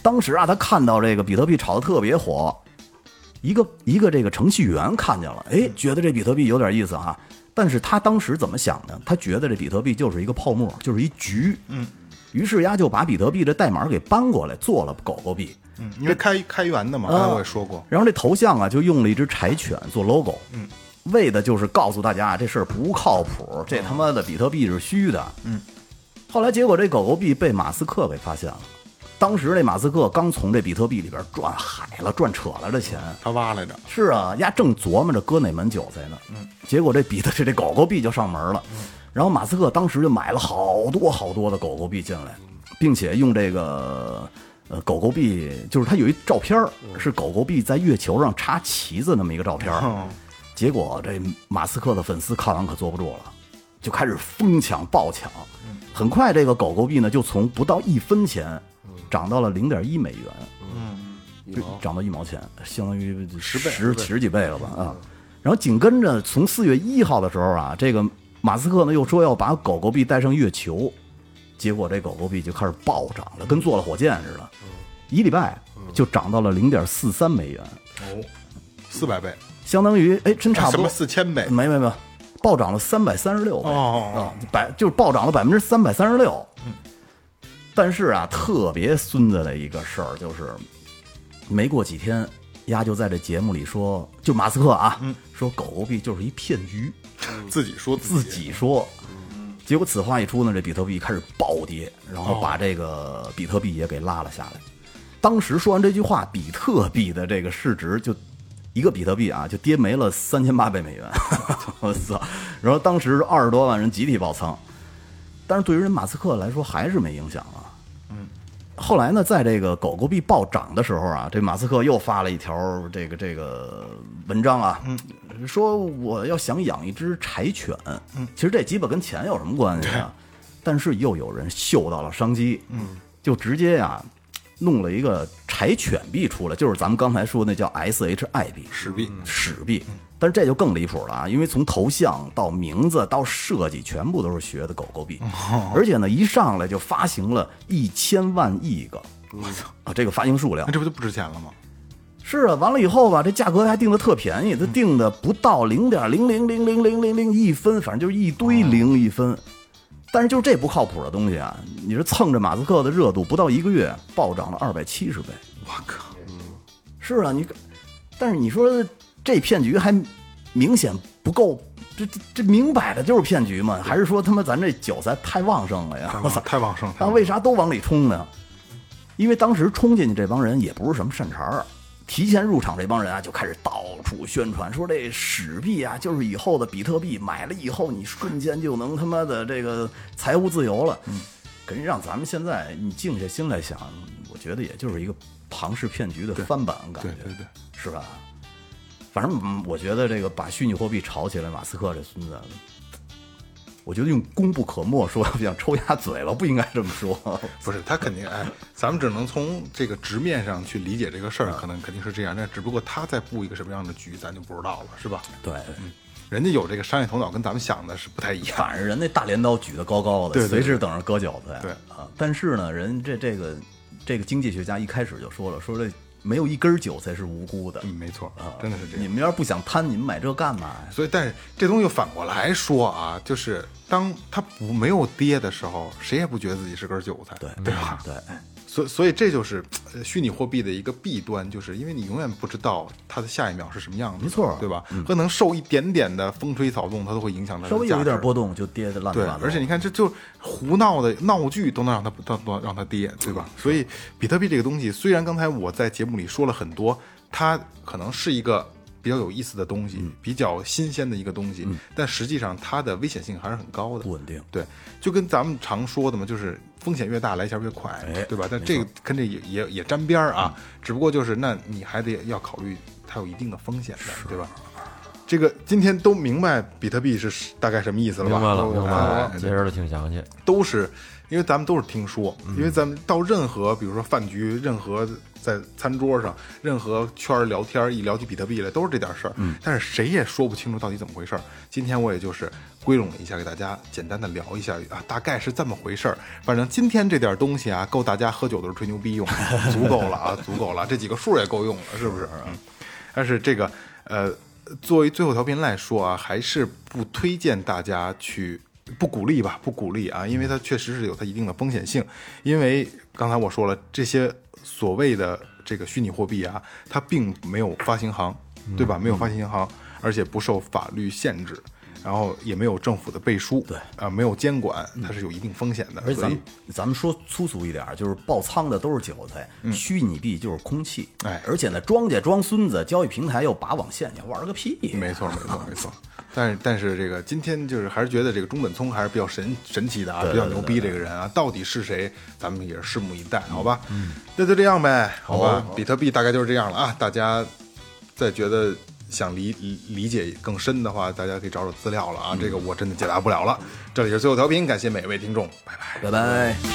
[SPEAKER 3] 当时啊，他看到这个比特币炒得特别火，一个一个这个程序员看见了，哎，觉得这比特币有点意思啊。但是他当时怎么想的？他觉得这比特币就是一个泡沫，就是一局。嗯，于是呀就把比特币的代码给搬过来做了狗狗币。
[SPEAKER 1] 嗯，因为开开源
[SPEAKER 3] 嗯
[SPEAKER 1] 的嘛，刚才我也说过，
[SPEAKER 3] 然后这头像啊，就用了一只柴犬做 logo，嗯，为的就是告诉大家啊，这事儿不靠谱，这他妈的比特币是虚的，哦嗯。后来结果这狗狗币被马斯克给发现了，当时这马斯克刚从这比特币里边赚海了、赚扯了这钱，
[SPEAKER 1] 他挖来着。
[SPEAKER 3] 是啊，丫正琢磨着搁哪门韭菜呢，嗯，结果这比特这这狗狗币就上门了，然后马斯克当时就买了好多好多的狗狗币进来，并且用这个呃狗狗币，就是他有一照片儿是狗狗币在月球上插旗子那么一个照片儿，结果这马斯克的粉丝看完可坐不住了，就开始疯抢暴抢，很快这个狗狗币呢就从不到一分钱涨到了零点一美元，
[SPEAKER 2] 一
[SPEAKER 3] 就
[SPEAKER 2] 毛
[SPEAKER 3] 涨到一毛钱，相当于十
[SPEAKER 1] 倍
[SPEAKER 3] 十十几倍了吧啊！然后紧跟着从四月一号的时候啊，这个马斯克呢又说要把狗狗币带上月球，结果这狗狗币就开始暴涨了，跟坐了火箭似的，一礼拜就涨到了零点四三美元，
[SPEAKER 1] 哦，四百倍，
[SPEAKER 3] 相当于哎真差不
[SPEAKER 1] 什么
[SPEAKER 3] 多，
[SPEAKER 1] 啊
[SPEAKER 3] 嗯
[SPEAKER 1] 四千倍？
[SPEAKER 3] 没没没，暴涨了三百三十六倍
[SPEAKER 1] 哦
[SPEAKER 3] 啊，百就是暴涨了百分之三百三十六。但是啊，特别孙子的一个事儿就是，没过几天，丫就在这节目里说，就马斯克啊，说狗狗币就是一骗局。
[SPEAKER 1] 自己说
[SPEAKER 3] 自
[SPEAKER 1] 己
[SPEAKER 3] 己说。结果此话一出呢，这比特币开始暴跌，然后把这个比特币也给拉了下来。当时说完这句话，比特币的这个市值就一个比特币啊，就跌没了三千八百美元， 我操！然后当时二十多万人集体爆仓，但是对于人马斯克来说还是没影响啊。后来呢，在这个狗狗币暴涨的时候啊，这马斯克又发了一条这个这个文章啊，说我要想养一只柴犬，其实这鸡巴跟钱有什么关系啊？但是又有人嗅到了商机，嗯，就直接呀、弄了一个柴犬币出来，就是咱们刚才说那叫 SHI 币，
[SPEAKER 1] 史币
[SPEAKER 3] 史币。但是这就更离谱了啊！因为从头像到名字到设计，全部都是学的狗狗币，而且呢，一上来就发行了一千万亿个，我操啊！这个发行数量
[SPEAKER 1] 那这不就不值钱了吗？
[SPEAKER 3] 是啊，完了以后吧，这价格还定的特便宜，它定的不到零点零零零零零零零一分，反正就是一堆零一分。但是就是这不靠谱的东西啊，你是蹭着马斯克的热度，不到一个月暴涨了二百七十倍。
[SPEAKER 1] 我靠，
[SPEAKER 3] 是啊，你，但是你说这骗局还明显不够，这这这明摆着就是骗局嘛？还是说他妈咱这韭菜太旺盛了呀？我操！
[SPEAKER 1] 太旺盛！太
[SPEAKER 3] 但
[SPEAKER 1] 旺
[SPEAKER 3] 为啥都往里冲呢？因为当时冲进去这帮人也不是什么善茬儿，提前入场这帮人啊就开始到处宣传，说这史币啊就是以后的比特币，买了以后你瞬间就能他妈的这个财务自由了。嗯，可是让咱们现在你静下心来想，我觉得也就是一个庞氏骗局的翻版，感觉
[SPEAKER 1] 对对对
[SPEAKER 3] 是吧？反正嗯我觉得这个把虚拟货币炒起来，马斯克这孙子，我觉得用功不可没说想抽他嘴了，不应该这么说。
[SPEAKER 1] 不是，他肯定哎，咱们只能从这个直面上去理解这个事儿，
[SPEAKER 3] 嗯
[SPEAKER 1] 可能肯定是这样。但只不过他在布一个什么样的局，咱就不知道了，是吧？
[SPEAKER 3] 对，
[SPEAKER 1] 人家有这个商业头脑，跟咱们想的是不太一样。
[SPEAKER 3] 嗯反正人那大镰刀举得高高的，
[SPEAKER 1] 对对对
[SPEAKER 3] 随时等着割韭菜。
[SPEAKER 1] 对
[SPEAKER 3] 啊，但是呢，人这这个这个经济学家一开始就说了，说这没有一根韭菜是无辜的。啊
[SPEAKER 1] 嗯，没错，真的是这
[SPEAKER 3] 你
[SPEAKER 1] 样。
[SPEAKER 3] 们要是不想贪，你们买这干嘛呀？
[SPEAKER 1] 所以，但是这东西反过来说啊，就是当它不没有跌的时候，谁也不觉得自己是根韭菜，
[SPEAKER 3] 对
[SPEAKER 1] 对吧？
[SPEAKER 3] 对，
[SPEAKER 1] 所所以这就是呃虚拟货币的一个弊端，就是因为你永远不知道它的下一秒是什么样子的，
[SPEAKER 3] 没错
[SPEAKER 1] 对吧？可能受一点点的风吹草动，它都会影响它的
[SPEAKER 3] 稍微有一
[SPEAKER 1] 价
[SPEAKER 3] 点
[SPEAKER 1] 值
[SPEAKER 3] 波动就跌的
[SPEAKER 4] 啊
[SPEAKER 3] 烂七
[SPEAKER 1] 对
[SPEAKER 3] 八，糟。
[SPEAKER 1] 而且你看，这就胡闹的闹剧都能让它让让它跌，对
[SPEAKER 4] 嗯
[SPEAKER 1] 吧？所以比特币这个东西，虽然刚才我在节目里说了很多，它可能是一个比较有意思的东
[SPEAKER 4] 嗯
[SPEAKER 1] 西，比较新鲜的一个东西，但实际上它的危险性还是很高的
[SPEAKER 3] 不。稳定。
[SPEAKER 1] 对，就跟咱们常说的嘛，就是风险越大，来钱越快，
[SPEAKER 4] 哎
[SPEAKER 1] 对吧？但这个跟这也也也沾边儿啊，
[SPEAKER 4] 嗯
[SPEAKER 1] 只不过就是那你还得要考虑它有一定的风险的，对吧？这个今天都明白比特币是大概什么意思了吧？
[SPEAKER 4] 明白了，
[SPEAKER 1] 都
[SPEAKER 4] 明白
[SPEAKER 1] 哎
[SPEAKER 4] 了，解释的挺详细。
[SPEAKER 1] 都是因为咱们都是听说，因为咱们到任何比如说饭局，任何在餐桌上，任何圈儿聊天儿，一聊起比特币来，都是这点事儿。但是谁也说不清楚到底怎么回事儿。今天我也就是归拢了一下，给大家简单的聊一下啊，大概是这么回事儿。反正今天这点东西啊，够大家喝酒的时候吹牛逼用，足够了啊，足够了，这几个数儿也够用了，是不是？嗯但是这个呃，作为最后调频来说啊，还是不推荐大家去不鼓励吧，不鼓励啊，因为它确实是有它一定的风险性。因为刚才我说了，这些所谓的这个虚拟货币啊，它并没有发行行，
[SPEAKER 3] 嗯
[SPEAKER 1] 对吧？没有发行行，而且不受法律限制。然后也没有政府的背书，对啊、没有监管，它是有一定风险的。
[SPEAKER 3] 嗯而且
[SPEAKER 1] 所
[SPEAKER 3] 咱
[SPEAKER 1] 以嗯
[SPEAKER 3] 们咱们说粗俗一点儿，就是爆仓的都是韭菜，虚拟币就是空气。
[SPEAKER 1] 哎
[SPEAKER 3] 而且呢，庄家装孙子，交易平台又拔网线，你玩儿个屁！
[SPEAKER 1] 没错，没错，没错。但是但是这个今天就是还是觉得这个中本聪还是比较神神奇的啊，比较牛逼这个人啊，到底是谁，咱们也是拭目以待，好吧？嗯，那就这样呗，好啊吧？比特币大概就是这样了啊，大家再觉得。想理理理解更深的话，大家可以找找资料了啊，这个我真的解答不了了。这里是最后调频，感谢每位听众，拜拜。
[SPEAKER 3] 拜拜。